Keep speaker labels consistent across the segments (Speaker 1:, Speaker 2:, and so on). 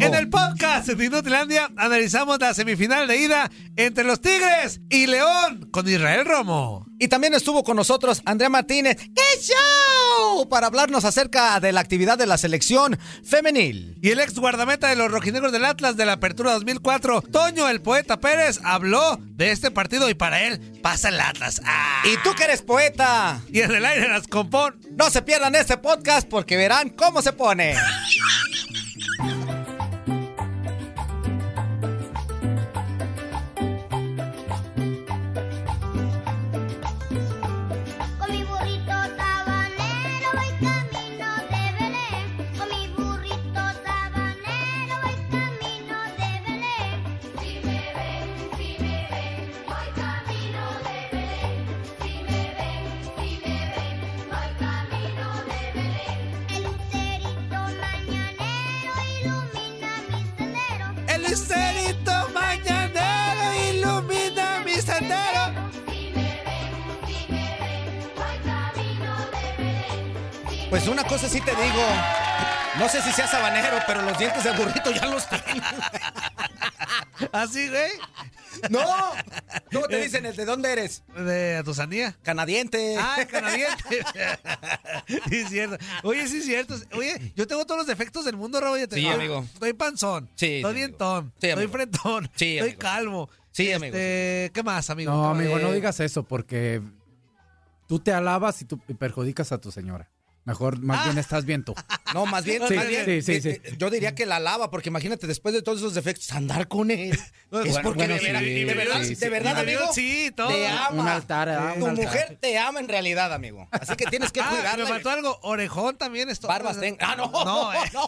Speaker 1: En el podcast de Inutilandia analizamos la semifinal de ida entre los Tigres y León con Israel Romo.
Speaker 2: Y también estuvo con nosotros Andrea Martínez. ¡Qué show! Para hablarnos acerca de la actividad de la selección femenil.
Speaker 1: Y el ex guardameta de los rojinegros del Atlas de la Apertura 2004, Toño el Poeta Pérez, habló de este partido y para él pasa el Atlas. ¡Ah!
Speaker 2: Y tú que eres poeta,
Speaker 1: Y en el aire las compón.
Speaker 2: no se pierdan este podcast porque verán cómo se pone.
Speaker 3: Con mi burrito sabanero voy camino de Belén. Con mi burrito sabanero voy camino de Belén. Si me ven, si me ven, voy camino de Belén. Si me ven, si me ven, voy camino de Belén. El lucerito mañanero ilumina mi sendero.
Speaker 1: El lucerito mañanero ilumina mi sendero.
Speaker 3: Si me ven, si me ven, voy camino de Belén.
Speaker 2: Pues una cosa sí te digo. No sé si sea sabanero, pero los dientes de burrito ya los tengo.
Speaker 1: Así, ¿Ah, güey.
Speaker 2: ¡No! Eh. ¿Cómo te dicen el de dónde eres?
Speaker 1: De Atusanía.
Speaker 2: Canadiente.
Speaker 1: Ah, canadiense. sí, es cierto. Oye, sí, es cierto. Oye, yo tengo todos los defectos del mundo, Robo. Yo tengo-
Speaker 4: Sí, amigo.
Speaker 1: Estoy panzón.
Speaker 4: Sí,
Speaker 1: Estoy
Speaker 4: sí, amigo.
Speaker 1: dientón.
Speaker 4: Sí,
Speaker 1: estoy
Speaker 4: amigo.
Speaker 1: frentón.
Speaker 4: Sí,
Speaker 1: Estoy
Speaker 4: amigo.
Speaker 1: calvo.
Speaker 4: Sí, amigo,
Speaker 1: Este, ¿Qué más, amigo?
Speaker 5: No, amigo, no
Speaker 1: Eh,
Speaker 5: digas eso porque tú te alabas y tú perjudicas a tu señora. Mejor, más
Speaker 1: Ah.
Speaker 5: bien estás bien tú.
Speaker 2: No, más bien,
Speaker 5: Sí,
Speaker 2: más bien,
Speaker 5: sí, sí,
Speaker 2: eh,
Speaker 5: sí.
Speaker 2: eh, yo diría que la lava, porque imagínate, después de todos esos defectos, andar con él. es
Speaker 1: bueno,
Speaker 2: porque
Speaker 5: bueno,
Speaker 2: de,
Speaker 5: sí,
Speaker 2: vera- de verdad,
Speaker 5: sí,
Speaker 2: de
Speaker 5: sí.
Speaker 2: verdad,
Speaker 1: Y me dio
Speaker 2: amigo,
Speaker 1: sí, todo.
Speaker 2: te ama.
Speaker 5: Un altar, ah, un
Speaker 2: tu
Speaker 5: altar.
Speaker 2: mujer te ama en realidad, amigo. Así que tienes que
Speaker 1: Ah, me
Speaker 2: cuidarla.
Speaker 1: faltó algo. Orejón también. Esto,
Speaker 2: Barbas ten- Ah, no.
Speaker 1: No, eh.
Speaker 2: no.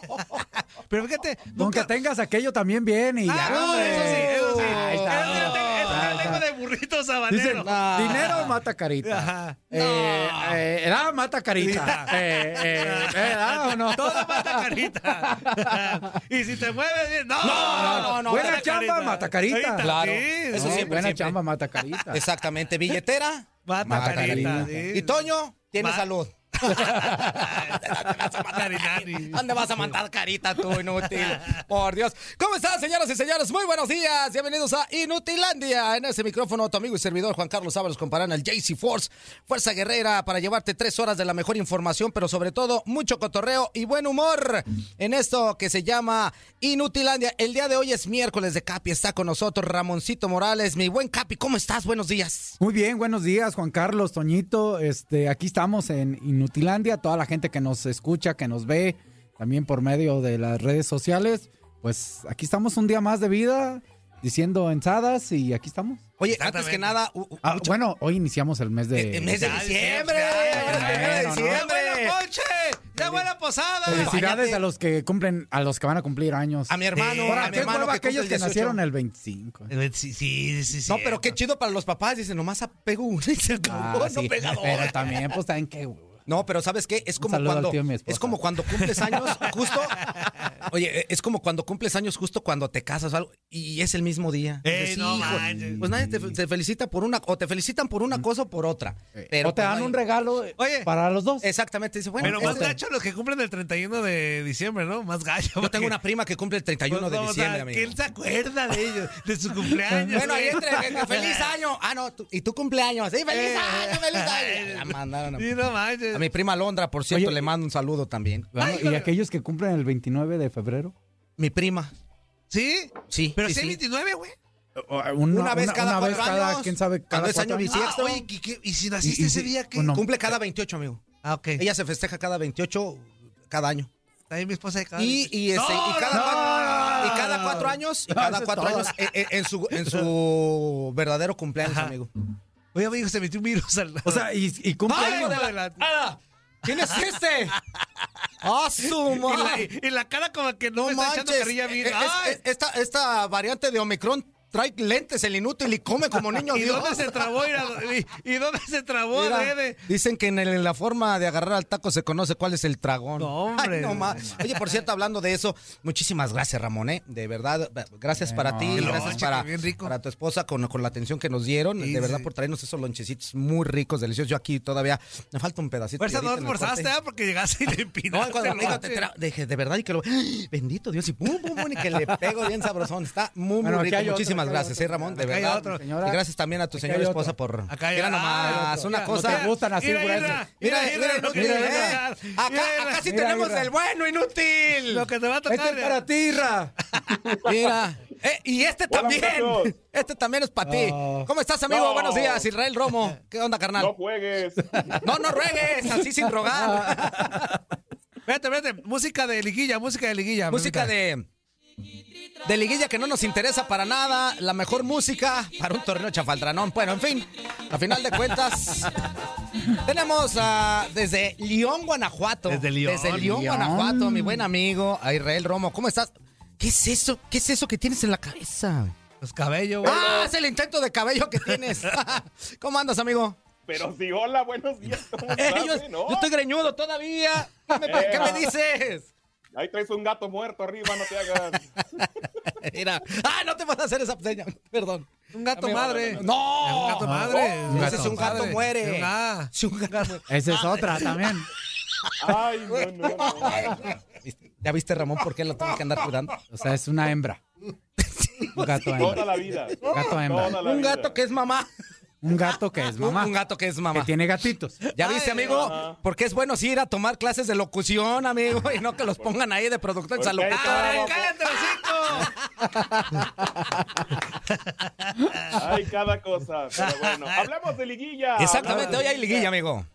Speaker 1: Pero fíjate.
Speaker 5: Con que
Speaker 1: nunca-
Speaker 5: tengas aquello también bien y
Speaker 1: Ah,
Speaker 5: ya.
Speaker 1: no,
Speaker 5: hombre.
Speaker 1: eso sí, eso sí.
Speaker 5: Ahí está.
Speaker 1: Eso
Speaker 2: Ah,
Speaker 1: ya tengo- eso ya
Speaker 5: Ahí
Speaker 1: tengo
Speaker 5: está.
Speaker 1: de burrito sabanero.
Speaker 5: Dicen, dinero mata carita.
Speaker 1: Ah. Ajá.
Speaker 5: Eh, eh, ¿Era mata carita? Eh, eh,
Speaker 2: ah,
Speaker 5: ¿Era o no?
Speaker 1: Todo mata carita. y si te mueves bien. No,
Speaker 2: no, no, no.
Speaker 5: Buena
Speaker 1: mata
Speaker 5: chamba,
Speaker 1: carita.
Speaker 5: mata carita.
Speaker 1: Carita,
Speaker 2: Claro,
Speaker 1: sí,
Speaker 2: eso
Speaker 5: No,
Speaker 1: sí.
Speaker 2: siempre,
Speaker 5: buena
Speaker 2: siempre.
Speaker 5: chamba, mata carita.
Speaker 2: Exactamente. Billetera.
Speaker 1: Mata,
Speaker 5: Mata
Speaker 1: carita.
Speaker 5: carita.
Speaker 1: sí.
Speaker 2: Y Toño tiene
Speaker 1: Ma-
Speaker 2: salud.
Speaker 1: Carinani.
Speaker 2: ¿Dónde vas a mandar carita tú, inútil? Por Dios. ¿Cómo están, señoras y señores? Muy buenos días. Bienvenidos a Inutilandia. En ese micrófono, tu amigo y servidor Juan Carlos Ábalos comparán al JC Force, Fuerza Guerrera, para llevarte tres horas de la mejor información, pero sobre todo mucho cotorreo y buen humor en esto que se llama Inutilandia. El día de hoy es miércoles de Capi. Está con nosotros Ramoncito Morales. Mi buen Capi, ¿cómo estás? Buenos días.
Speaker 5: Muy bien, buenos días, Juan Carlos, Toñito. Este, aquí estamos en Inutilandia, toda la gente que nos escucha, que nos ve, también por medio de las redes sociales. Pues aquí estamos un día más de vida, diciendo ensadas y aquí estamos.
Speaker 2: Oye, antes que
Speaker 1: Exactamente.
Speaker 2: nada, u- u-
Speaker 5: Ah,
Speaker 2: mucho- Eh,
Speaker 5: bueno, hoy iniciamos el mes de.
Speaker 2: el mes de
Speaker 1: Ya,
Speaker 2: diciembre.
Speaker 1: ya,
Speaker 2: Ahora es primero de
Speaker 5: bueno, ¿no?
Speaker 2: diciembre.
Speaker 1: ¡Ya huele a ponche! ¡Ya huele a posada!
Speaker 5: Felicidades
Speaker 2: Báñate.
Speaker 5: a los que cumplen, a los que van a cumplir años.
Speaker 2: A mi hermano,
Speaker 1: Sí.
Speaker 2: a
Speaker 5: Ahora,
Speaker 2: mi
Speaker 5: qué
Speaker 2: hermano
Speaker 5: hueva
Speaker 2: que cumple
Speaker 5: aquellos
Speaker 2: el
Speaker 5: que
Speaker 2: 18.
Speaker 5: nacieron el 25.
Speaker 1: Eh, Sí, sí, sí.
Speaker 2: No,
Speaker 1: sí.
Speaker 2: pero qué chido para los papás. Dicen, nomás apego uno y se acabó,
Speaker 5: Ah,
Speaker 2: no
Speaker 5: sí,
Speaker 2: pega dos.
Speaker 5: Pero también, pues, ¿saben qué? hueva?
Speaker 2: No, pero ¿sabes qué? Es como
Speaker 5: saludo al
Speaker 2: cuando
Speaker 5: tío de mi esposa.
Speaker 2: es como cuando cumples años, justo Oye, eh, es como cuando cumples años justo cuando te casas o algo y es el mismo día.
Speaker 1: Ey,
Speaker 2: Dices,
Speaker 1: no
Speaker 2: "Hijo".
Speaker 1: manches.
Speaker 2: Pues nadie te, fe- te felicita por una, o te felicitan por una cosa o por otra. Pero
Speaker 5: Eh, o te
Speaker 2: pues,
Speaker 5: dan
Speaker 2: no hay-
Speaker 5: un regalo
Speaker 2: Oye.
Speaker 5: para los dos.
Speaker 2: Exactamente, dice, bueno,
Speaker 1: Pero más
Speaker 2: este-
Speaker 1: gacho los que cumplen el 31 de diciembre, ¿no? Más gacho.
Speaker 2: yo tengo
Speaker 1: porque-
Speaker 2: una prima que cumple el 31
Speaker 1: Pues,
Speaker 2: de
Speaker 1: no, o sea,
Speaker 2: diciembre, amigo.
Speaker 1: ¿Quién se acuerda de ellos? De su cumpleaños.
Speaker 2: Bueno, ahí
Speaker 1: güey.
Speaker 2: entre que- que feliz año. Ah, no, tú- y tu cumpleaños. Sí, feliz
Speaker 1: Eh.
Speaker 2: año, feliz año. La mandaron a-
Speaker 1: Sí, no manches.
Speaker 2: A mi prima Londra, por cierto,
Speaker 5: Oye.
Speaker 2: le mando un saludo también.
Speaker 5: Bueno, y aquellos que cumplen el 29 de febrero.
Speaker 2: Mi prima,
Speaker 1: ¿Sí?
Speaker 2: sí.
Speaker 1: Pero
Speaker 2: sí,
Speaker 1: si hay
Speaker 2: sí.
Speaker 1: 29, güey.
Speaker 5: Una,
Speaker 2: vez cada
Speaker 5: una vez
Speaker 2: cuatro
Speaker 5: cada,
Speaker 2: años.
Speaker 5: quién sabe, cada
Speaker 2: Cuando es
Speaker 5: cuatro
Speaker 2: año
Speaker 5: años.
Speaker 2: bisiesto.
Speaker 1: Ah, oye, ¿y, qué- y si naciste
Speaker 5: Y- y-
Speaker 1: ese
Speaker 5: y-
Speaker 1: día, ¿qué?
Speaker 5: bueno. No.
Speaker 2: Cumple cada 28, amigo.
Speaker 1: Ah, ok.
Speaker 2: Oh, Ella se festeja cada 28, cada año.
Speaker 1: También mi esposa de cada
Speaker 2: Y, y, este,
Speaker 1: No,
Speaker 2: y cada,
Speaker 1: no,
Speaker 2: cuatro,
Speaker 1: no,
Speaker 2: y cada
Speaker 1: no,
Speaker 2: cuatro
Speaker 1: no.
Speaker 2: años, y cada cuatro años en, en- en su, en su verdadero cumpleaños,
Speaker 1: Ajá.
Speaker 2: amigo.
Speaker 1: Oye, amigo, se metió un virus al
Speaker 5: O sea, y, y cumple
Speaker 2: ¡Ay, hijo
Speaker 5: años.
Speaker 2: de la- ¡Ah! ¿Quién es este? ¡Ah, su
Speaker 1: y la,
Speaker 2: madre!
Speaker 1: y la cara como que no, me está echando carrilla a mí.
Speaker 2: Eh, eh,
Speaker 1: Ay,
Speaker 2: es- esta, esta variante de Omicron trae lentes el inútil y come como niño
Speaker 1: ¿Y
Speaker 2: Dios.
Speaker 1: dónde se trabó? Mira, ¿Y, y dónde se trabó,
Speaker 2: Mira,
Speaker 1: Rede?
Speaker 2: dicen que en, el- en la forma de agarrar al taco se conoce cuál es el tragón.
Speaker 1: No, hombre.
Speaker 2: Ay, no más. Oye, por cierto, hablando de eso, muchísimas gracias, Ramón, ¿eh? De verdad, gracias para ti,
Speaker 1: Qué
Speaker 2: gracias
Speaker 1: lonche,
Speaker 2: para,
Speaker 1: qué bien rico.
Speaker 2: para tu esposa con, con la atención que nos dieron.
Speaker 1: Sí,
Speaker 2: de verdad,
Speaker 1: sí.
Speaker 2: por traernos esos lonchecitos muy ricos, deliciosos. Yo aquí todavía me falta un pedacito.
Speaker 1: Fuerza,
Speaker 2: ahorita
Speaker 1: no
Speaker 2: en el
Speaker 1: esforzaste,
Speaker 2: corte.
Speaker 1: ¿ah? Porque llegaste y le
Speaker 2: No,
Speaker 1: empinaste.
Speaker 2: cuando
Speaker 1: el
Speaker 2: amigo,
Speaker 1: lonche.
Speaker 2: te tra- dije, de verdad, y que lo. ¡Ah! Bendito Dios, y pum, pum, pum, y que le pego bien sabrosón. Está muy, muy
Speaker 5: Bueno, aquí
Speaker 2: rico.
Speaker 5: hay otro,
Speaker 2: Muchísimas
Speaker 5: aquí hay
Speaker 2: gracias,
Speaker 5: otro.
Speaker 2: ¿eh, Ramón? De
Speaker 1: Acá hay
Speaker 2: verdad.
Speaker 1: otro.
Speaker 2: Y gracias también a tu
Speaker 5: Aquí
Speaker 2: señora
Speaker 5: hay otro.
Speaker 2: esposa por.
Speaker 1: Acá hay
Speaker 2: Mira
Speaker 1: otro.
Speaker 2: nomás,
Speaker 1: Ah,
Speaker 2: una
Speaker 1: no
Speaker 2: cosa.
Speaker 5: te gustan así,
Speaker 1: Mira,
Speaker 5: gruesos.
Speaker 1: mira,
Speaker 2: Mira,
Speaker 1: mira,
Speaker 2: mira,
Speaker 1: lo que
Speaker 2: mira,
Speaker 1: te
Speaker 2: mira.
Speaker 1: va a tocar.
Speaker 2: Acá,
Speaker 1: Mira,
Speaker 2: acá sí
Speaker 5: mira,
Speaker 2: tenemos
Speaker 5: mira.
Speaker 2: el bueno, inútil.
Speaker 1: Lo que te va a
Speaker 5: Este
Speaker 1: tocar.
Speaker 2: eh.
Speaker 5: es para ti, Ra.
Speaker 2: Mira. Eh, y este también.
Speaker 6: amigos.
Speaker 2: Este también es para ti.
Speaker 5: No.
Speaker 2: ¿Cómo estás, amigo?
Speaker 6: No.
Speaker 2: Buenos días, Israel Romo. ¿Qué onda,
Speaker 6: No
Speaker 2: carnal?
Speaker 6: juegues.
Speaker 2: No, no ruegues, así sin rogar.
Speaker 1: Vete, vete. Música de liguilla, música de liguilla.
Speaker 2: Música
Speaker 1: mamita.
Speaker 2: de. De liguilla que no nos interesa para nada, la mejor música para un torneo chafaldranón. Bueno, en fin, a final de cuentas, tenemos ah, desde León, Guanajuato.
Speaker 1: Desde León.
Speaker 2: León,
Speaker 5: León.
Speaker 2: Guanajuato, mi buen amigo a Israel Romo. ¿Cómo estás? ¿Qué es eso? ¿Qué es eso que tienes en la cabeza?
Speaker 1: Los cabellos, güey.
Speaker 2: ¡Ah! Es el intento de cabello que tienes. ¿Cómo andas, amigo?
Speaker 6: Pero sí, hola, buenos días. ¿Cómo
Speaker 2: Eh,
Speaker 6: estás?
Speaker 2: yo,
Speaker 6: eh? No,
Speaker 2: yo estoy greñudo todavía. ¿Qué me, qué me dices?
Speaker 6: Ahí traes un gato muerto arriba, no te hagas.
Speaker 2: Mira. ¡Ah! No te vas a hacer esa seña. Perdón.
Speaker 1: Un gato
Speaker 2: Amigo,
Speaker 1: madre.
Speaker 2: ¡No!
Speaker 1: Es un gato madre.
Speaker 2: No, ese es un gato
Speaker 1: madre.
Speaker 2: muere.
Speaker 1: Ah,
Speaker 2: Si un gato muere.
Speaker 5: Esa es otra también.
Speaker 6: Ay, no, no, no.
Speaker 2: ¿Viste? ¿Ya viste, Ramón, por qué lo tengo que andar cuidando?
Speaker 5: O sea, es una hembra. Un gato
Speaker 6: Toda
Speaker 5: hembra.
Speaker 6: la vida.
Speaker 5: Gato hembra.
Speaker 6: Toda la
Speaker 2: Un
Speaker 6: vida.
Speaker 2: gato que es mamá.
Speaker 5: Un gato que es
Speaker 2: Un-
Speaker 5: mamá.
Speaker 2: Un gato que es
Speaker 5: Que
Speaker 2: mamá.
Speaker 5: tiene gatitos.
Speaker 2: ¿Ya viste,
Speaker 1: Ay,
Speaker 2: amigo? Porque es bueno sí ir a tomar clases de locución, amigo, y no que los pongan ahí de productor en
Speaker 6: Porque ahí
Speaker 1: ¡Ay,
Speaker 6: cada-
Speaker 1: cállate, hocico!
Speaker 6: Ay, cada cosa. Pero bueno, hablamos de liguilla.
Speaker 2: Exactamente,
Speaker 6: Hablamos
Speaker 2: hoy
Speaker 6: de
Speaker 2: hay liguilla, amigo.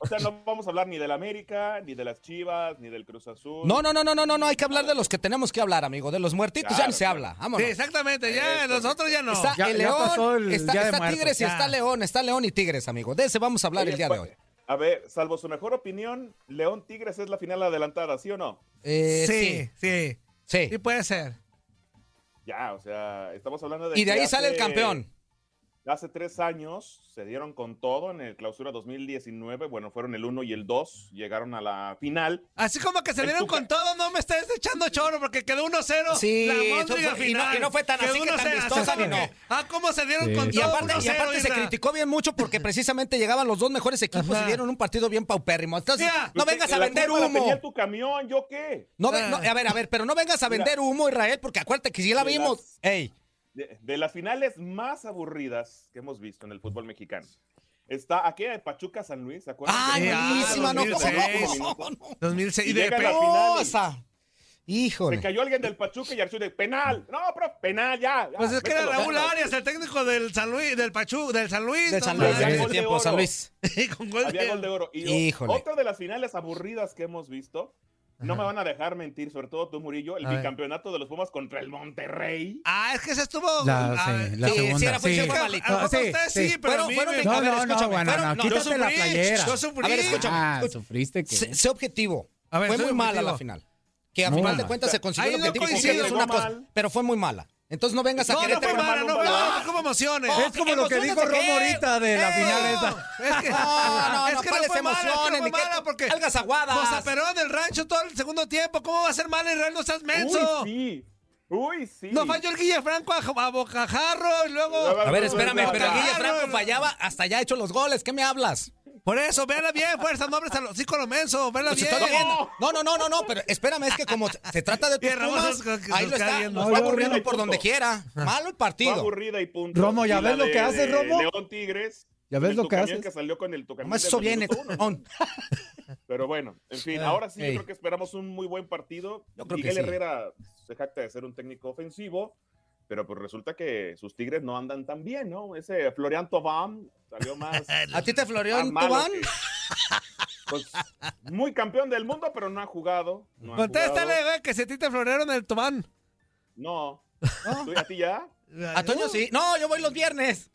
Speaker 6: O sea, no vamos a hablar ni del América, ni de las Chivas, ni del Cruz Azul.
Speaker 2: No, no, no, no, no, no, no, hay que hablar de los que tenemos que hablar, amigo. De los muertitos ya
Speaker 6: Claro,
Speaker 2: no se
Speaker 6: claro.
Speaker 2: habla.
Speaker 1: Sí,
Speaker 2: Vámonos.
Speaker 1: exactamente, ya, nosotros ya no.
Speaker 2: Está
Speaker 5: Ya-
Speaker 2: el
Speaker 5: ya
Speaker 2: León,
Speaker 5: pasó el
Speaker 2: está,
Speaker 5: Día de
Speaker 2: está
Speaker 5: Muertos,
Speaker 2: Tigres y
Speaker 1: ya.
Speaker 2: está León, está León y Tigres, amigo. De ese vamos a hablar
Speaker 6: Oye, pues,
Speaker 2: el día de hoy.
Speaker 6: A ver, salvo su mejor opinión, León Tigres es la final adelantada, ¿sí o no?
Speaker 2: Eh,
Speaker 1: sí, sí,
Speaker 2: sí,
Speaker 1: sí. puede ser.
Speaker 6: Ya, o sea, estamos hablando de.
Speaker 2: Y de
Speaker 6: que
Speaker 2: ahí sale el
Speaker 6: hace-
Speaker 2: campeón.
Speaker 6: Hace tres años se dieron con todo en el clausura 2019. Bueno, fueron el 1 y el 2, llegaron a la final.
Speaker 1: Así como que se
Speaker 6: El
Speaker 1: dieron
Speaker 6: Tuca.
Speaker 1: con todo, no me estés echando choro porque quedó 1-0.
Speaker 2: Sí,
Speaker 1: la
Speaker 2: eso
Speaker 1: Móndriga
Speaker 2: fue- y no-
Speaker 1: final.
Speaker 2: y no fue tan
Speaker 1: Quedó
Speaker 2: así que tan
Speaker 1: 1-0,
Speaker 2: vistosa,
Speaker 1: ¿sabes
Speaker 2: ni
Speaker 1: qué?
Speaker 2: no.
Speaker 1: Ah, ¿cómo se dieron
Speaker 5: Sí.
Speaker 1: con
Speaker 2: Y
Speaker 1: todo?
Speaker 2: aparte, y
Speaker 6: pues,
Speaker 1: 1-0,
Speaker 2: aparte se
Speaker 1: Isra.
Speaker 2: criticó bien mucho porque precisamente llegaban los dos mejores equipos
Speaker 1: Ajá.
Speaker 2: y dieron un partido bien paupérrimo. Entonces,
Speaker 1: Mira,
Speaker 2: no
Speaker 6: Usted-
Speaker 2: vengas a
Speaker 6: la
Speaker 2: vender
Speaker 6: culpa la
Speaker 2: humo.
Speaker 6: tenía tu camión, ¿yo qué?
Speaker 2: No, ve- no,
Speaker 1: Ah.
Speaker 2: a ver, a ver, pero no vengas a
Speaker 6: Mira.
Speaker 2: vender humo, Israel, porque acuérdate que si la
Speaker 6: De
Speaker 2: vimos.
Speaker 6: las-
Speaker 2: Ey,
Speaker 6: De, de las finales más aburridas que hemos visto en el fútbol mexicano. Está aquella de Pachuca San Luis, ¿se acuerdan?
Speaker 2: ay,
Speaker 1: sí, ah,
Speaker 2: buenísima, no, cómo
Speaker 1: 2006.
Speaker 2: no, cómo no.
Speaker 1: 2006. Y
Speaker 6: Y
Speaker 1: de
Speaker 6: llega la
Speaker 1: pe-
Speaker 6: final y-
Speaker 2: Cosa.
Speaker 6: Se
Speaker 2: Híjole.
Speaker 6: cayó alguien del Pachuca y Arturo de penal. No, pero penal ya. ya,
Speaker 1: Pues es que era
Speaker 6: mételo,
Speaker 1: Raúl
Speaker 6: mételo.
Speaker 1: Arias, el técnico del San Luis, del Pachú, del San Luis.
Speaker 2: De
Speaker 1: no
Speaker 2: San
Speaker 1: mames.
Speaker 2: Luis, en ese
Speaker 6: gol de
Speaker 2: tiempo,
Speaker 6: oro.
Speaker 2: San Luis.
Speaker 1: con gol
Speaker 6: Había
Speaker 1: de-
Speaker 6: gol de oro. Y
Speaker 2: Híjole.
Speaker 6: otra de las finales aburridas que hemos visto. No me van a dejar mentir, sobre todo tú, Murillo, el
Speaker 1: A ver.
Speaker 6: bicampeonato de los Pumas contra el Monterrey.
Speaker 1: Ah, es que se estuvo.
Speaker 5: La,
Speaker 1: ah,
Speaker 5: sí, la
Speaker 2: sí, sí,
Speaker 5: segunda.
Speaker 2: era- fue-
Speaker 5: sí.
Speaker 2: sí fue
Speaker 1: A
Speaker 2: malito.
Speaker 1: lo mejor
Speaker 5: Sí,
Speaker 1: ustedes sí,
Speaker 5: sí.
Speaker 1: pero
Speaker 2: Fueron-
Speaker 1: a mí
Speaker 2: fueron
Speaker 1: me-
Speaker 2: bien-
Speaker 5: No,
Speaker 2: a ver,
Speaker 5: no, no,
Speaker 2: escúchame,
Speaker 5: bueno,
Speaker 2: fueron-
Speaker 5: no,
Speaker 2: no,
Speaker 5: quítate
Speaker 1: yo
Speaker 5: la
Speaker 1: sufrí,
Speaker 5: playera.
Speaker 1: yo sufrí.
Speaker 2: A ver, escúchame.
Speaker 5: Ah,
Speaker 2: escucha.
Speaker 5: sufriste que.
Speaker 2: Sé, sé objetivo.
Speaker 1: A ver,
Speaker 2: fue
Speaker 1: soy
Speaker 2: muy mala
Speaker 1: objetivo.
Speaker 2: la final. Que a
Speaker 5: Muy
Speaker 2: final de
Speaker 5: mala.
Speaker 2: cuentas se consiguió
Speaker 1: Ahí
Speaker 2: el
Speaker 1: no
Speaker 2: objetivo, sí,
Speaker 1: coincido.
Speaker 2: es una
Speaker 6: Llegó
Speaker 2: cosa,
Speaker 6: mal.
Speaker 2: pero fue muy mala. Entonces no vengas a
Speaker 1: No, no
Speaker 2: querer
Speaker 1: fue mala, no fue mala, como emociones.
Speaker 2: Oh,
Speaker 1: Es
Speaker 6: Es como lo que
Speaker 2: emociones
Speaker 6: dijo
Speaker 2: de
Speaker 6: Romo
Speaker 2: qué?
Speaker 6: ahorita de la
Speaker 2: ¡Eh!
Speaker 6: final esa.
Speaker 1: que,
Speaker 2: No, no,
Speaker 1: es
Speaker 2: no,
Speaker 1: que no
Speaker 2: ¿cuáles
Speaker 1: fue mala, es que no
Speaker 2: emociones,
Speaker 1: fue
Speaker 2: ni qué-
Speaker 1: mala, porque
Speaker 2: algas aguadas.
Speaker 1: Nos aperó del rancho todo el segundo tiempo. ¿Cómo va a ser mal Israel? No seas menso.
Speaker 5: Uy, sí. Uy, sí.
Speaker 1: No falló el Guille Franco a, a Bocajarro y luego.
Speaker 2: A ver, espérame,
Speaker 5: No,
Speaker 2: pero el
Speaker 5: no,
Speaker 2: Guille
Speaker 1: no,
Speaker 2: Franco
Speaker 1: no.
Speaker 2: fallaba hasta ya ha hecho los goles. ¿Qué me hablas?
Speaker 1: Por eso, véala bien, fuerza, no abres a los cinco los mensos, véala
Speaker 2: Pues
Speaker 1: bien.
Speaker 2: estás viendo. No, no, no, no, no, pero espérame, es que como se trata de
Speaker 1: Y
Speaker 2: tus
Speaker 1: el Ramón
Speaker 2: Pumas,
Speaker 1: nos- nos
Speaker 2: ahí lo
Speaker 1: cae
Speaker 2: está,
Speaker 1: bien.
Speaker 2: nos
Speaker 6: No,
Speaker 2: va
Speaker 6: yo-
Speaker 2: aburriendo
Speaker 5: yo-
Speaker 2: por donde quiera. Malo el
Speaker 5: Fue
Speaker 2: partido.
Speaker 5: aburrida y punto.
Speaker 6: Romo, ¿ya
Speaker 5: Y la
Speaker 6: ves lo
Speaker 5: de-
Speaker 6: que haces,
Speaker 5: de
Speaker 6: Romo?
Speaker 5: León Tigres.
Speaker 6: ¿Ya ves
Speaker 5: el
Speaker 6: lo que
Speaker 5: Tucamián
Speaker 6: haces?
Speaker 5: que salió con el Tucamián
Speaker 2: Nomás
Speaker 5: desde
Speaker 2: eso
Speaker 5: el
Speaker 2: viene.
Speaker 5: minuto uno.
Speaker 2: on.
Speaker 5: Pero bueno, en fin,
Speaker 2: Ah,
Speaker 5: ahora sí
Speaker 2: ey.
Speaker 5: yo creo que esperamos un muy buen partido.
Speaker 2: Yo creo que
Speaker 5: Miguel
Speaker 2: sí.
Speaker 5: Herrera se jacta de ser un técnico ofensivo, pero pues resulta que sus Tigres no andan tan bien, ¿no? Ese Florian Tobam salió más,
Speaker 2: ¿A ti te floreó
Speaker 5: más
Speaker 2: en
Speaker 5: malo
Speaker 2: Tubán?
Speaker 5: que- pues, muy campeón del mundo, pero no ha jugado. No ha
Speaker 1: Contéstale,
Speaker 5: jugado.
Speaker 1: güey, que se ti te florearon el tomán.
Speaker 5: No. ¿Tú- ¿A ti ya?
Speaker 2: A Toño sí. No, yo voy los viernes.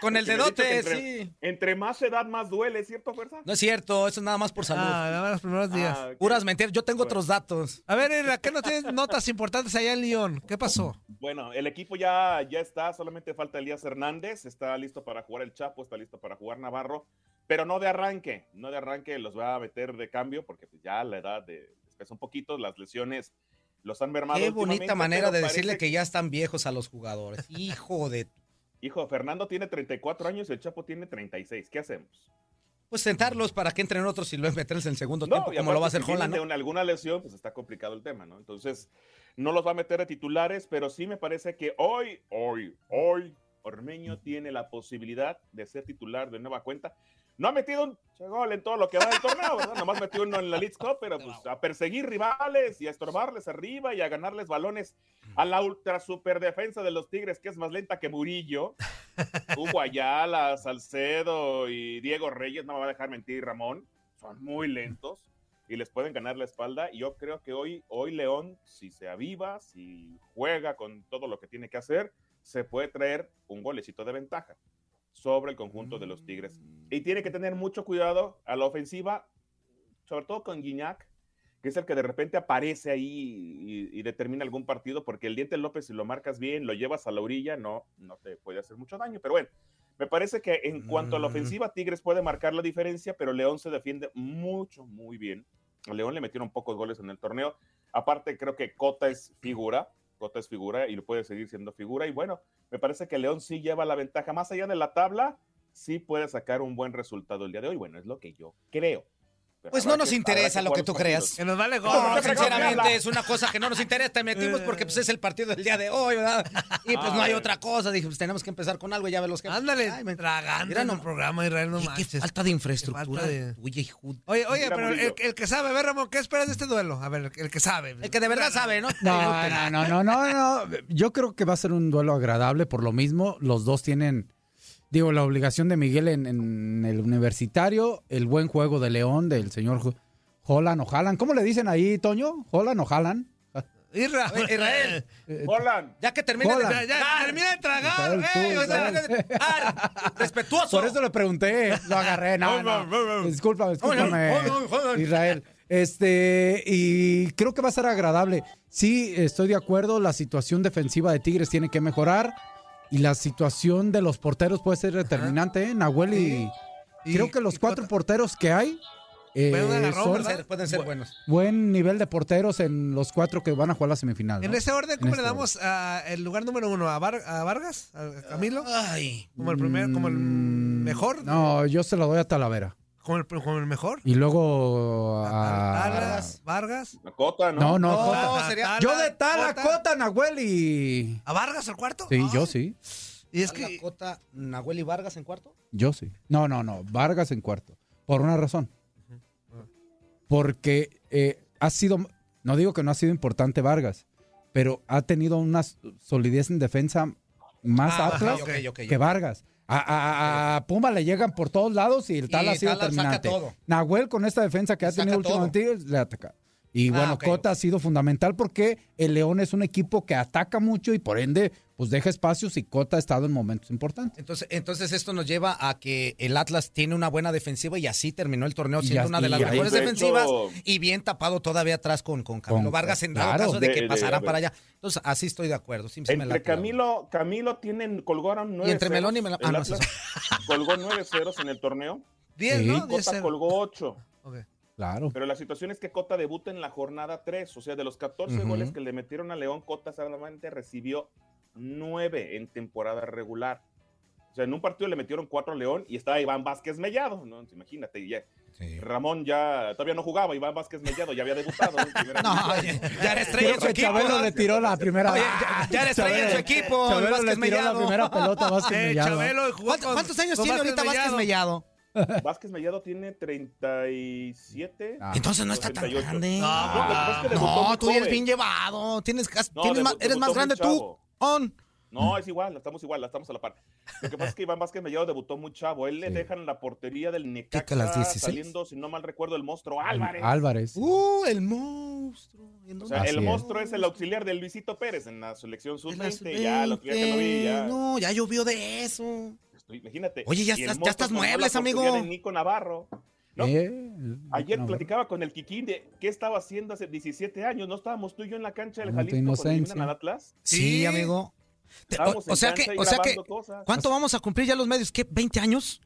Speaker 2: Con el
Speaker 5: Me habías dicho que
Speaker 2: dedote,
Speaker 5: entre-
Speaker 2: sí.
Speaker 5: Entre más edad, más duele, ¿cierto, Fuerza?
Speaker 2: No es cierto, eso es nada más por salud.
Speaker 1: Ah, nada más los primeros días.
Speaker 5: Ah, ok.
Speaker 2: Puras mentiras, yo tengo otros datos.
Speaker 1: A ver, Ira, ¿qué no tienes notas importantes allá en Lyon? ¿Qué pasó?
Speaker 5: Bueno, el equipo ya, ya está, solamente falta Elías Hernández, está listo para jugar el Chapo, está listo para jugar Navarro, pero no de arranque, no de arranque los va a meter de cambio porque pues, ya la edad de, les pesa un poquito, las lesiones los han mermado.
Speaker 2: Qué bonita
Speaker 5: últimamente,
Speaker 2: manera
Speaker 5: pero
Speaker 2: de decirle
Speaker 5: parece-
Speaker 2: que ya están viejos a los jugadores. Hijo de...
Speaker 5: Hijo, Fernando tiene 34 años y el Chapo tiene 36, ¿qué hacemos?
Speaker 2: Pues sentarlos para que entren otros y luego meterles en el segundo tiempo,
Speaker 5: y
Speaker 2: como lo va a
Speaker 5: aparte,
Speaker 2: hacer
Speaker 5: si vienen
Speaker 2: Holland, ¿no?
Speaker 5: de una- alguna lesión, pues está complicado el tema, ¿no? Entonces, no los va a meter a titulares, pero sí me parece que hoy, hoy, hoy, Ormeño tiene la posibilidad de ser titular de nueva cuenta. No ha metido un che gol en todo lo que va del torneo, ¿verdad? Nomás metió uno en la Leeds Cup, pero pues a perseguir rivales y a estorbarles arriba y a ganarles balones
Speaker 2: Mm.
Speaker 5: a la ultra super defensa de los Tigres, que es más lenta que Murillo. Hugo Ayala, Salcedo y Diego Reyes, no me va a dejar mentir Ramón, son muy lentos y les pueden ganar la espalda. Y yo creo que hoy, hoy León, si se aviva, si juega con todo lo que tiene que hacer, se puede traer un golecito de ventaja sobre el conjunto de los Tigres. Y tiene que tener mucho cuidado a la ofensiva, sobre todo con Guiñac, que es el que de repente aparece ahí y, y determina algún partido, porque el diente López, si lo marcas bien, lo llevas a la orilla, no, no te puede hacer mucho daño. Pero bueno, me parece que en cuanto a la
Speaker 2: Mm.
Speaker 5: ofensiva, Tigres puede marcar la diferencia, pero León se defiende mucho, muy bien. A León le metieron pocos goles en el torneo. Aparte, creo que Cota es figura. Cota es figura y lo puede seguir siendo figura. Y bueno, me parece que León sí lleva la ventaja. Más allá de la tabla, sí puede sacar un buen resultado el día de hoy. Bueno, es lo que yo creo. Pero
Speaker 2: Pues
Speaker 5: habrá
Speaker 2: no nos
Speaker 5: que- habrá
Speaker 2: interesa
Speaker 5: que
Speaker 2: lo
Speaker 5: jugar
Speaker 2: que
Speaker 5: los
Speaker 2: tú
Speaker 5: partidos.
Speaker 2: creas.
Speaker 1: Que nos vale gorro.
Speaker 2: No,
Speaker 5: ¿por qué fregón
Speaker 2: sinceramente
Speaker 5: habla?
Speaker 2: es una cosa que no nos interesa, te metimos porque pues, es el partido del día de hoy, ¿verdad? Y pues no hay
Speaker 5: Ay.
Speaker 2: otra cosa, dije, pues tenemos que empezar con algo y ya ver los que...
Speaker 1: Ándale,
Speaker 2: Ay, me-
Speaker 1: tragando
Speaker 2: Mira
Speaker 1: en un
Speaker 2: nomás.
Speaker 1: programa, Israel, no
Speaker 2: Oye, qué
Speaker 1: manches.
Speaker 2: falta de
Speaker 1: Qué
Speaker 2: infraestructura
Speaker 1: falta de-
Speaker 2: tuya, hijo.
Speaker 1: Oye, oye,
Speaker 5: Mira,
Speaker 1: pero el,
Speaker 5: Murillo.
Speaker 1: el que sabe, a ver, Ramón, ¿qué esperas de este duelo? A ver, el, el que sabe.
Speaker 2: El que de verdad sabe, ¿no?
Speaker 6: No, no, no, no, no, no. Yo creo que va a ser un duelo agradable por lo mismo. Los dos tienen, digo, la obligación de Miguel en, en el universitario, el buen juego de León, del señor Ho- Holland o Haaland. ¿Cómo le dicen ahí, Toño? ¿Holland o Haaland?
Speaker 1: Irra.
Speaker 2: Oye, Israel,
Speaker 5: Holland,
Speaker 2: ya que termine de...
Speaker 6: Hola.
Speaker 1: Ya, ya, termina de tragar,
Speaker 6: Israel, tú,
Speaker 1: güey. O sea,
Speaker 6: Israel.
Speaker 2: Ah, respetuoso.
Speaker 6: Por eso le pregunté, lo agarré. No, no. Discúlpame, discúlpame. Israel. Este, y creo que va a ser agradable. Sí, estoy de acuerdo, la situación defensiva de Tigres tiene que mejorar y la situación de los porteros puede ser determinante, ¿eh? Nahuel y,
Speaker 1: Y-
Speaker 6: creo que
Speaker 1: y
Speaker 6: los cuatro
Speaker 1: Cota.
Speaker 6: porteros que hay eh,
Speaker 1: Fue un agarrón,
Speaker 6: son
Speaker 2: Pueden ser- pueden ser buenos.
Speaker 6: buen nivel de porteros en los cuatro que van a jugar la semifinal. ¿no?
Speaker 1: En ese orden,
Speaker 6: En
Speaker 1: ¿cómo le
Speaker 6: este
Speaker 1: damos a el lugar número uno? ¿A, Var- a Vargas? ¿A Camilo?
Speaker 2: Ay,
Speaker 1: ¿Como el primer, como el
Speaker 6: Mm,
Speaker 1: mejor?
Speaker 6: No, yo se lo doy a Talavera.
Speaker 1: ¿Como el, como el mejor?
Speaker 6: Y luego a-
Speaker 1: Vargas, Vargas.
Speaker 5: la Cota, ¿no?
Speaker 6: No, no,
Speaker 2: No,
Speaker 6: Cota.
Speaker 2: sería-
Speaker 6: Yo de Tala,
Speaker 1: Cota.
Speaker 6: Cota, Nahuel y...
Speaker 1: ¿A Vargas al cuarto?
Speaker 6: Sí,
Speaker 1: Ay,
Speaker 6: yo sí,
Speaker 1: Y es
Speaker 2: Carla
Speaker 1: que
Speaker 2: Cota, Nahuel y Vargas en cuarto.
Speaker 6: yo sí. No, no, no, Vargas en cuarto. Por una razón.
Speaker 2: Ah.
Speaker 6: Porque eh, ha sido, no digo que no ha sido importante Vargas, pero ha tenido una solidez en defensa más
Speaker 2: Ah,
Speaker 6: atlas
Speaker 2: ok, ok, ok,
Speaker 6: que Vargas. A, a- a- a Puma le llegan por todos lados y el
Speaker 2: Y
Speaker 6: Tala ha sido
Speaker 2: Tala saca
Speaker 6: determinante.
Speaker 2: todo.
Speaker 6: Nahuel con esta defensa que ha
Speaker 2: Saca
Speaker 6: tenido
Speaker 2: todo.
Speaker 6: últimamente le ataca.
Speaker 5: Y
Speaker 2: Ah,
Speaker 5: bueno,
Speaker 2: ok,
Speaker 5: Cota ha sido fundamental porque el León es un equipo que ataca mucho y por ende, pues deja espacios y Cota ha estado en momentos importantes.
Speaker 2: Entonces, entonces esto nos lleva a que el Atlas tiene una buena defensiva y así terminó el torneo
Speaker 5: Y
Speaker 2: siendo
Speaker 5: así-
Speaker 2: una de las
Speaker 5: y ahí-
Speaker 2: mejores
Speaker 6: De
Speaker 2: defensivas pues,
Speaker 6: hecho-
Speaker 2: y bien tapado todavía atrás con, con Camilo
Speaker 5: Con-
Speaker 2: Vargas en dado
Speaker 5: claro.
Speaker 2: caso de,
Speaker 6: De-
Speaker 2: que
Speaker 6: de-
Speaker 2: pasara
Speaker 6: de-
Speaker 2: para allá. Entonces, así estoy de acuerdo. sí, sí me
Speaker 6: Entre
Speaker 2: late la-
Speaker 6: Camilo, Camilo tienen, colgaron nueve
Speaker 2: entre Melón y
Speaker 6: ceros.
Speaker 2: Melón-
Speaker 6: El
Speaker 2: ah, no, eso es-
Speaker 6: Atlas colgó nueve ceros en el torneo.
Speaker 2: Diez,
Speaker 5: Sí.
Speaker 2: ¿no? Diez,
Speaker 6: Cota
Speaker 2: cero.
Speaker 6: colgó ocho.
Speaker 2: Ok.
Speaker 5: Claro.
Speaker 6: Pero la situación es que Cota debuta en la jornada 3, o sea, de los 14
Speaker 2: Ujú.
Speaker 6: goles que le metieron a León, Cota solamente recibió 9 en temporada regular. O sea, en un partido le metieron 4 a León y estaba Iván Vázquez Mellado, ¿no? Imagínate, y ya.
Speaker 2: Sí.
Speaker 6: Ramón ya todavía no jugaba, Iván Vázquez Mellado ya había debutado. ¿no? En primera
Speaker 2: No,
Speaker 6: división.
Speaker 2: oye, ya era estrella en
Speaker 5: Creo
Speaker 2: su
Speaker 5: que
Speaker 2: equipo.
Speaker 5: Chabelo le tiró la primera.
Speaker 2: Oye, ya, ya era estrella en su
Speaker 5: Chabelo-
Speaker 2: equipo. el
Speaker 5: Chabelo le
Speaker 2: Vázquez
Speaker 5: tiró la
Speaker 2: Mellado.
Speaker 5: primera pelota a Vázquez
Speaker 1: Eh,
Speaker 5: Mellado.
Speaker 1: Chabelo jugó
Speaker 2: ¿Cuánto-
Speaker 1: con-
Speaker 2: ¿Cuántos años
Speaker 1: con
Speaker 2: tiene ahorita Vázquez Mellado?
Speaker 6: Vázquez Mellado tiene 37.
Speaker 5: Ah.
Speaker 2: Entonces no está tan
Speaker 6: 88.
Speaker 2: grande.
Speaker 1: No,
Speaker 6: Ah, lo que pasa es que debutó
Speaker 2: No,
Speaker 6: muy
Speaker 2: tú eres
Speaker 6: joven.
Speaker 2: bien llevado. Tienes, cas-
Speaker 6: No,
Speaker 2: tienes
Speaker 6: debu-
Speaker 2: más- eres
Speaker 6: debutó
Speaker 2: más
Speaker 6: muy
Speaker 2: grande tú.
Speaker 6: chavo.
Speaker 2: On.
Speaker 6: No, es igual, estamos igual, estamos a la par. Lo que pasa es que Iván Vázquez Mellado debutó muy chavo. Él le
Speaker 2: Sí.
Speaker 6: dejan la portería del
Speaker 2: Pica
Speaker 6: Necaxa
Speaker 2: a las 16.
Speaker 6: saliendo, si no mal recuerdo, el monstruo Álvarez.
Speaker 5: Álvarez.
Speaker 2: Uh, el monstruo. ¿En
Speaker 6: O
Speaker 2: dónde
Speaker 6: sea,
Speaker 5: Así
Speaker 6: el
Speaker 5: es.
Speaker 6: monstruo es el auxiliar de Luisito Pérez en la selección
Speaker 2: En la
Speaker 6: sub-20. Ya, la auxiliar que lo vi, ya.
Speaker 2: No, ya llovió de eso.
Speaker 6: Estoy- imagínate.
Speaker 2: Oye, ya
Speaker 6: Y el
Speaker 2: estás- ya
Speaker 6: monstruo
Speaker 2: estás
Speaker 6: tomó la
Speaker 2: muebles, amigo.
Speaker 6: portería de Nico Navarro. No,
Speaker 5: Eh,
Speaker 6: Ayer
Speaker 5: no,
Speaker 6: platicaba con el Kikín de qué estaba haciendo hace 17 años. No estábamos tú y yo en la cancha del
Speaker 5: Tanta
Speaker 6: Jalisco cuando
Speaker 5: inocencia.
Speaker 6: eliminan al Atlas.
Speaker 2: Sí,
Speaker 1: Sí.
Speaker 2: amigo. Te- O,
Speaker 6: Estábamos en
Speaker 2: o sea que,
Speaker 6: cancha y
Speaker 2: o sea que,
Speaker 6: grabando cosas.
Speaker 2: ¿cuánto vamos a cumplir ya los medios? ¿Qué? ¿20 años?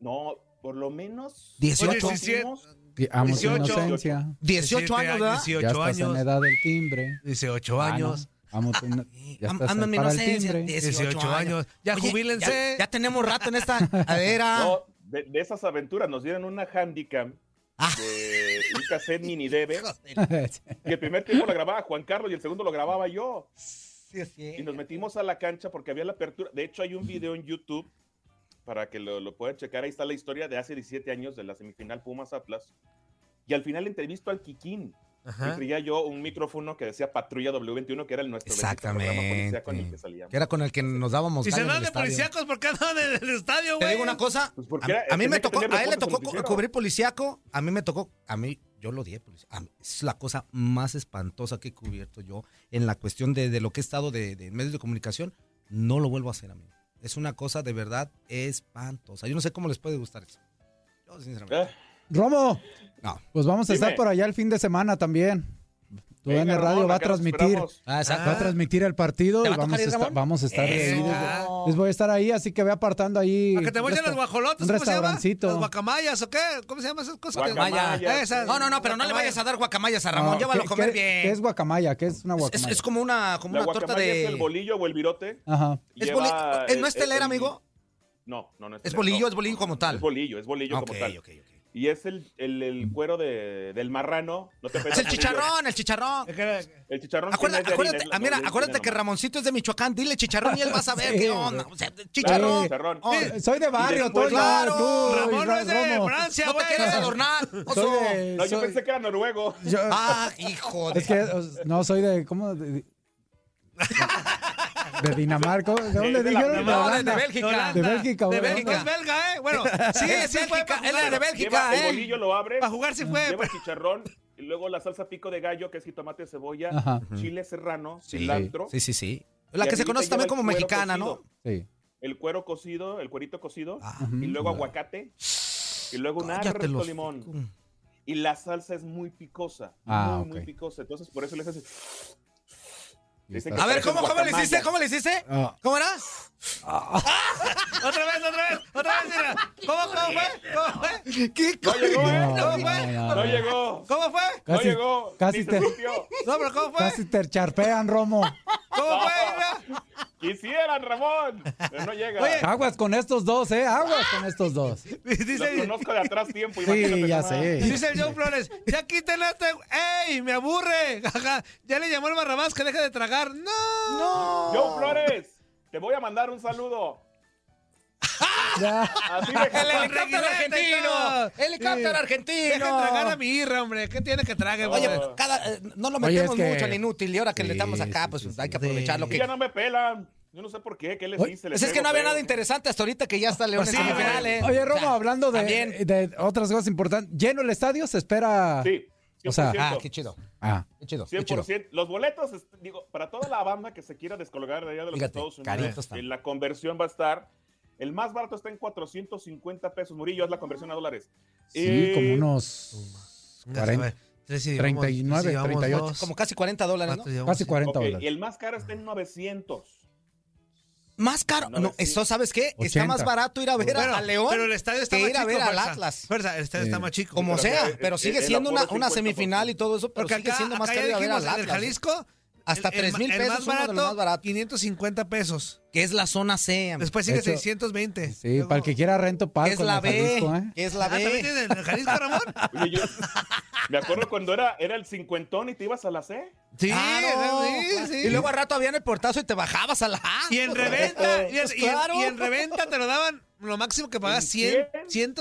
Speaker 6: No, por lo menos.
Speaker 2: 18.
Speaker 1: 17.
Speaker 5: que Amo su
Speaker 1: 18.
Speaker 5: inocencia.
Speaker 2: 18 años, ¿verdad?
Speaker 5: 18 ya
Speaker 1: 18
Speaker 5: estás en la
Speaker 1: años.
Speaker 5: edad del timbre.
Speaker 1: 18
Speaker 5: Ah, no.
Speaker 1: años.
Speaker 5: Amo tu ino-
Speaker 2: Sí,
Speaker 5: ya
Speaker 2: am-
Speaker 5: estás
Speaker 2: ama mi
Speaker 5: para el
Speaker 2: inocencia,
Speaker 5: timbre.
Speaker 2: 18,
Speaker 1: 18 años. Ya
Speaker 2: Oye,
Speaker 1: jubílense.
Speaker 2: Ya, ya tenemos rato en esta cadera.
Speaker 6: No, de, de esas aventuras nos dieron una handicap
Speaker 2: Ah.
Speaker 6: de un cassette mini debe. Y el primer tiempo lo grababa Juan Carlos y el segundo lo grababa yo. Y nos metimos a la cancha porque había la apertura. De hecho, hay un video en YouTube para que lo, lo puedan checar. Ahí está la historia de hace 17 años de la semifinal Pumas Atlas. Y al final entrevisto al Kikín. Y
Speaker 2: Ajá.
Speaker 6: traía yo un micrófono que decía Patrulla W21, que era el nuestro bendito programa
Speaker 2: Exactamente.
Speaker 6: policía con el que salíamos.
Speaker 2: Que era con el que nos dábamos.
Speaker 1: Si se
Speaker 2: gallo en
Speaker 1: dan
Speaker 2: el
Speaker 1: de
Speaker 2: estadio.
Speaker 1: policíacos, ¿por qué no del del estadio,
Speaker 2: Te
Speaker 1: güey?
Speaker 2: digo una cosa.
Speaker 6: Pues porque
Speaker 2: a-
Speaker 6: era-
Speaker 2: a, mí
Speaker 6: tenía
Speaker 2: me
Speaker 6: que
Speaker 2: tocó,
Speaker 6: tener
Speaker 2: a él
Speaker 6: reportes
Speaker 2: le
Speaker 6: en
Speaker 2: tocó
Speaker 6: el noticiero.
Speaker 2: cu- cubrir policíaco. A mí me tocó, a mí, yo lo di policía. A mí, es la cosa más espantosa que he cubierto yo en la cuestión de, de lo que he estado de, de medios de comunicación. No lo vuelvo a hacer, amigo. Es una cosa de verdad espantosa. Yo no sé cómo les puede gustar eso. Yo, sinceramente.
Speaker 6: Eh,
Speaker 5: Romo,
Speaker 2: No.
Speaker 5: pues vamos a
Speaker 6: Dime.
Speaker 5: estar por allá el fin de semana también. Tu
Speaker 6: venga,
Speaker 5: N
Speaker 6: Ramón,
Speaker 5: Radio va a
Speaker 6: acá nos
Speaker 5: transmitir.
Speaker 6: esperamos.
Speaker 2: Ah, exacto.
Speaker 5: Va a transmitir el partido
Speaker 2: ¿Te
Speaker 5: y
Speaker 2: va a tocar
Speaker 5: vamos a,
Speaker 2: ir,
Speaker 5: esta-
Speaker 2: Ramón?
Speaker 5: vamos a estar ahí.
Speaker 1: Eso.
Speaker 5: Les, les voy a estar ahí, así que ve apartando ahí.
Speaker 1: ¿A que te voy a
Speaker 5: Resta-
Speaker 1: las guajolotas?
Speaker 5: un
Speaker 1: ¿Cómo se llama?
Speaker 5: restaurancito.
Speaker 1: Las guacamayas, ¿o qué? ¿Cómo se llama esas cosas? que-
Speaker 6: Guacamaya.
Speaker 1: Guacamayas, esas.
Speaker 2: No, no, no, pero no le vayas a dar guacamayas a Ramón.
Speaker 5: eh, No,
Speaker 2: Llévalo a
Speaker 5: ¿qué-
Speaker 2: comer
Speaker 5: qué-
Speaker 2: bien.
Speaker 5: ¿Qué es guacamaya? ¿Qué es una
Speaker 2: Es- es,
Speaker 5: guacamaya?
Speaker 2: es como una, como
Speaker 6: La
Speaker 2: una torta
Speaker 6: guacamaya
Speaker 2: de.
Speaker 6: es el bolillo o el virote.
Speaker 5: Ajá.
Speaker 2: Es
Speaker 6: Lleva,
Speaker 2: boli- ¿es-
Speaker 6: eh,
Speaker 2: ¿No es
Speaker 6: eh,
Speaker 2: telera,
Speaker 6: el-
Speaker 2: amigo?
Speaker 6: No, no, no es
Speaker 2: ¿Es
Speaker 6: telera,
Speaker 2: bolillo?
Speaker 6: no.
Speaker 2: ¿Es bolillo como tal?
Speaker 6: Es bolillo, es bolillo
Speaker 2: Ok,
Speaker 6: como tal.
Speaker 2: ok, ok.
Speaker 6: Y es el, el, el cuero de, del marrano. No te
Speaker 2: Es el chicharrón, el chicharrón.
Speaker 1: Este
Speaker 6: El chicharrón. sí
Speaker 2: Acuérdate,
Speaker 6: no es de harina,
Speaker 2: acuérdate,
Speaker 6: es la-
Speaker 2: ah, mira,
Speaker 6: no, es
Speaker 2: acuérdate
Speaker 6: de
Speaker 2: que
Speaker 6: harina
Speaker 2: Ramoncito es de Michoacán, dile chicharrón y él va a saber
Speaker 5: Sí,
Speaker 2: qué
Speaker 5: güey.
Speaker 2: onda. O sea,
Speaker 6: nomás.
Speaker 2: chicharrón.
Speaker 6: Chicharrón.
Speaker 2: Oh,
Speaker 5: Eh, Soy de barrio,
Speaker 6: después-
Speaker 5: todo claro.
Speaker 2: Claro,
Speaker 1: Ramón no es de Francia,
Speaker 2: no te
Speaker 1: güey.
Speaker 2: quieres adornar, oso.
Speaker 5: Soy de-
Speaker 6: No, yo
Speaker 5: soy-
Speaker 6: pensé que era noruego.
Speaker 5: yo-
Speaker 2: Ah, hijo de.
Speaker 5: es que os- no soy de cómo de, de Dinamarca, ¿de dónde
Speaker 6: de la-
Speaker 5: dijeron?
Speaker 6: de la-
Speaker 2: no, de,
Speaker 5: De
Speaker 2: de
Speaker 5: Holanda.
Speaker 2: Bélgica.
Speaker 5: De Bélgica,
Speaker 1: De
Speaker 5: güey.
Speaker 1: Bélgica. Es belga, ¿eh? Bueno, sí,
Speaker 2: Es
Speaker 1: sí, fue
Speaker 2: Bélgica,
Speaker 1: para
Speaker 2: es la de
Speaker 1: jugar.
Speaker 2: Bélgica,
Speaker 6: Lleva el
Speaker 2: ¿eh?
Speaker 6: bolillo, lo abre.
Speaker 1: Para jugar sí fue.
Speaker 6: Lleva el chicharrón. Y luego la salsa pico de gallo, que es jitomate, cebolla,
Speaker 5: Ajá.
Speaker 6: chile serrano,
Speaker 2: Sí.
Speaker 6: cilantro.
Speaker 2: Sí, sí, sí. La
Speaker 6: Y
Speaker 2: que se
Speaker 6: arribita
Speaker 2: conoce
Speaker 6: lleva
Speaker 2: también
Speaker 6: el
Speaker 2: como
Speaker 6: cuero
Speaker 2: mexicana, ¿no?
Speaker 6: cocido,
Speaker 5: Sí.
Speaker 6: El cuero cocido, el cuerito cocido.
Speaker 2: Ah,
Speaker 6: Y luego
Speaker 5: Ujú.
Speaker 6: aguacate. Y luego un
Speaker 2: cállate
Speaker 6: harto
Speaker 2: los-
Speaker 6: limón. Y la salsa es muy picosa.
Speaker 5: Ah,
Speaker 6: muy, muy
Speaker 5: ok.
Speaker 6: picosa. Entonces, por eso les hace. Dicen
Speaker 5: está.
Speaker 2: A ver,
Speaker 6: Parece
Speaker 2: ¿cómo, cómo le
Speaker 6: guacamaya.
Speaker 2: hiciste? ¿Cómo le hiciste?
Speaker 5: Ah,
Speaker 2: ¿Cómo era?
Speaker 1: Otra vez, otra vez, otra vez, mira. ¿Cómo, cómo fue? ¿Cómo fue?
Speaker 2: ¿Qué
Speaker 6: No llegó, ¿eh?
Speaker 5: No,
Speaker 6: No,
Speaker 5: no, no, no.
Speaker 6: llegó.
Speaker 1: ¿Cómo fue?
Speaker 6: No
Speaker 5: Casi-
Speaker 6: llegó.
Speaker 5: casi
Speaker 6: ni se
Speaker 2: Este.
Speaker 5: te-
Speaker 6: sintió.
Speaker 1: No, pero ¿cómo fue?
Speaker 5: Casi te charpean, Romo.
Speaker 1: ¿Cómo fue? Mira.
Speaker 6: Quisieran, Ramón. Pero no llega.
Speaker 1: Oye,
Speaker 5: Aguas con estos dos, ¿eh? Aguas con estos dos.
Speaker 6: Los
Speaker 1: Dice,
Speaker 6: conozco de atrás tiempo.
Speaker 5: Sí,
Speaker 6: imagínate
Speaker 5: ya
Speaker 6: nomás.
Speaker 5: sé.
Speaker 1: dice el Joe Flores, ya quiten a este... ¡Ey, me aburre! Jaja, Ya le llamó el Barrabás que deja de tragar. ¡No!
Speaker 2: No.
Speaker 6: Joe Flores, te voy a mandar un saludo.
Speaker 5: Ya.
Speaker 6: Así de
Speaker 2: El
Speaker 6: capaz.
Speaker 2: helicóptero argentino. Helicóptero
Speaker 1: Deja de tragar a
Speaker 2: argentino.
Speaker 1: mi irra, hombre. ¿Qué tiene que trague,
Speaker 2: Oye,
Speaker 1: güey?
Speaker 2: cada, eh, no lo
Speaker 5: Oye,
Speaker 2: metemos
Speaker 5: es que-
Speaker 2: mucho al inútil y ahora que le
Speaker 5: Sí,
Speaker 2: estamos acá,
Speaker 5: sí,
Speaker 2: pues
Speaker 5: sí,
Speaker 2: hay
Speaker 5: sí.
Speaker 2: que aprovechar lo
Speaker 6: Y
Speaker 2: que...
Speaker 6: Ya no me pelan. Yo no sé por qué. ¿Qué les
Speaker 5: Oye,
Speaker 6: hice? Les
Speaker 2: Pues es que
Speaker 6: traigo
Speaker 2: no había
Speaker 6: feo.
Speaker 2: nada interesante hasta ahorita que ya está León
Speaker 1: Pues
Speaker 2: en
Speaker 1: sí,
Speaker 2: semifinales.
Speaker 5: Oye, Romo, hablando
Speaker 2: también.
Speaker 5: de, de otras cosas importantes, lleno el estadio, se espera
Speaker 6: Sí,
Speaker 5: O sea,
Speaker 6: 100%.
Speaker 2: Ah, qué chido.
Speaker 5: ah,
Speaker 2: Qué chido. Qué chido.
Speaker 6: 100%. Los boletos, est- digo, para toda la banda que se quiera descolgar de allá de los
Speaker 2: Fíjate,
Speaker 6: Estados
Speaker 2: caritos
Speaker 6: Unidos,
Speaker 2: están.
Speaker 6: eh, la conversión va a estar. El más barato está en 450 pesos. Murillo, haz la conversión a dólares.
Speaker 5: sí,
Speaker 6: Eh,
Speaker 5: como unos 40, 39, 38.
Speaker 2: Como casi 40 dólares, ¿no?
Speaker 5: casi 40
Speaker 6: ok, y
Speaker 5: dólares.
Speaker 6: el más caro está en 900.
Speaker 2: Más caro. No,
Speaker 6: No, sí.
Speaker 2: eso, ¿sabes qué? Está
Speaker 5: 80.
Speaker 2: más barato ir a ver
Speaker 1: Pero-
Speaker 2: a León.
Speaker 1: Pero el estadio está
Speaker 2: que
Speaker 1: más
Speaker 2: ir a
Speaker 1: chico.
Speaker 2: ver al
Speaker 1: Fuerza.
Speaker 2: Atlas.
Speaker 1: Fuerza, el estadio
Speaker 5: Sí.
Speaker 1: está más chico.
Speaker 2: Como
Speaker 6: Pero
Speaker 2: sea,
Speaker 6: acá,
Speaker 2: pero
Speaker 6: eh,
Speaker 2: sigue
Speaker 6: el
Speaker 2: siendo una,
Speaker 6: aforo es
Speaker 2: una
Speaker 6: 50%.
Speaker 2: semifinal y todo eso, pero
Speaker 1: Porque
Speaker 2: sigue
Speaker 1: acá,
Speaker 2: siendo más
Speaker 1: acá
Speaker 2: caro ir
Speaker 1: ya
Speaker 2: a ver
Speaker 1: dijimos, el
Speaker 2: al
Speaker 1: del
Speaker 2: Atlas.
Speaker 1: Jalisco...
Speaker 2: Hasta 3 mil
Speaker 1: el
Speaker 2: pesos,
Speaker 1: más
Speaker 2: uno de los más
Speaker 1: barato,
Speaker 2: baratos,
Speaker 1: 550 pesos.
Speaker 2: que es la zona C. amigo.
Speaker 1: Después sigue
Speaker 5: De hecho,
Speaker 1: 620.
Speaker 5: Sí, para el que quiera rento
Speaker 2: Que
Speaker 5: palco
Speaker 2: es
Speaker 5: en
Speaker 2: la
Speaker 5: el Jalisco,
Speaker 2: B.
Speaker 5: ¿eh?
Speaker 2: Que es la
Speaker 1: Ah, ¿también
Speaker 2: B.
Speaker 1: tiene el Jalisco, Ramón?
Speaker 6: Oye, yo- me acuerdo cuando era, era el cincuentón y te ibas a la C.
Speaker 1: Sí,
Speaker 2: Claro.
Speaker 1: sí, sí.
Speaker 2: Y luego al rato habían el portazo y te bajabas a la A.
Speaker 1: Y en reventa, y en,
Speaker 2: Pues
Speaker 1: y en-
Speaker 2: claro.
Speaker 1: y en reventa te lo daban lo máximo que pagas 100,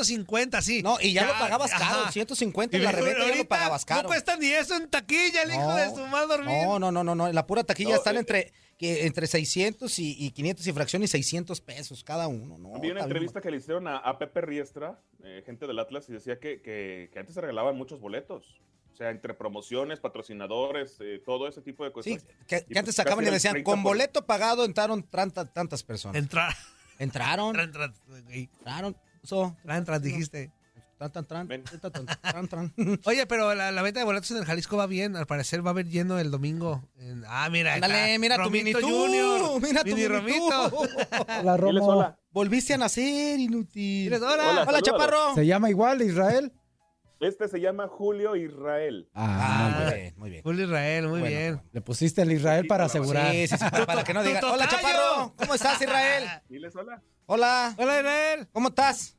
Speaker 1: 150, sí. Ah,
Speaker 2: No, y ya, lo pagabas caro,
Speaker 1: ajá.
Speaker 2: 150
Speaker 1: Y
Speaker 2: en la
Speaker 1: ve-
Speaker 2: reventa ya lo
Speaker 1: ahorita
Speaker 2: pagabas caro.
Speaker 1: No cuesta ni eso en taquilla, el hijo
Speaker 2: No,
Speaker 1: de su mal dormido.
Speaker 2: No, no, no, no, no, en la pura taquilla
Speaker 6: No,
Speaker 2: están
Speaker 6: eh,
Speaker 2: entre que entre 600 y, y 500 y fracción y 600 pesos cada uno,
Speaker 6: Había
Speaker 2: ¿no?
Speaker 6: una
Speaker 2: está bien
Speaker 6: entrevista que le hicieron a, a Pepe Riestra, eh, gente del Atlas, y decía que, que- que antes se regalaban muchos boletos. O sea, entre promociones, patrocinadores, eh, todo ese tipo de
Speaker 2: mal.
Speaker 6: cosas.
Speaker 2: Sí, que, que
Speaker 6: pues casi
Speaker 2: antes sacaban y
Speaker 6: era el
Speaker 2: decían,
Speaker 6: 30
Speaker 2: con
Speaker 6: por-
Speaker 2: boleto pagado entraron tanta- tantas personas.
Speaker 1: Entrar,
Speaker 2: Entraron,
Speaker 1: entrar, entrar, güey.
Speaker 2: entraron, puso,
Speaker 1: Entrar, entrar, dijiste.
Speaker 2: tran, tran, tran,
Speaker 6: Ven.
Speaker 2: tran, tran, tran, tran.
Speaker 1: Oye, pero la, la venta de boletos en el Jalisco va bien. Al parecer va a haber lleno el domingo. En- ah, mira. ahí
Speaker 2: Ándale,
Speaker 1: está.
Speaker 2: mira tu mini
Speaker 1: Romito
Speaker 2: tú,
Speaker 1: Junior.
Speaker 2: mira tu
Speaker 1: Mini
Speaker 2: mini
Speaker 1: Romito.
Speaker 2: tú.
Speaker 5: La
Speaker 6: Diles
Speaker 5: Romo-
Speaker 6: hola.
Speaker 2: Volviste a nacer, inútil.
Speaker 1: Diles hola.
Speaker 2: hola,
Speaker 6: Hola,
Speaker 2: chaparro.
Speaker 5: ¿Se llama igual Israel?
Speaker 6: Este se llama Julio Israel.
Speaker 2: Ah,
Speaker 5: Ah, muy
Speaker 2: muy
Speaker 5: bien.
Speaker 2: bien, muy bien.
Speaker 1: Julio Israel, muy
Speaker 2: Bueno,
Speaker 1: bien.
Speaker 5: Le pusiste el Israel para asegurar.
Speaker 2: Sí, sí, sí, para, para que no
Speaker 1: Tu
Speaker 2: digan. Hola,
Speaker 1: tocayo.
Speaker 2: chaparro. ¿Cómo estás, Israel?
Speaker 6: Diles hola.
Speaker 2: Hola.
Speaker 1: Hola, Israel.
Speaker 2: ¿Cómo estás?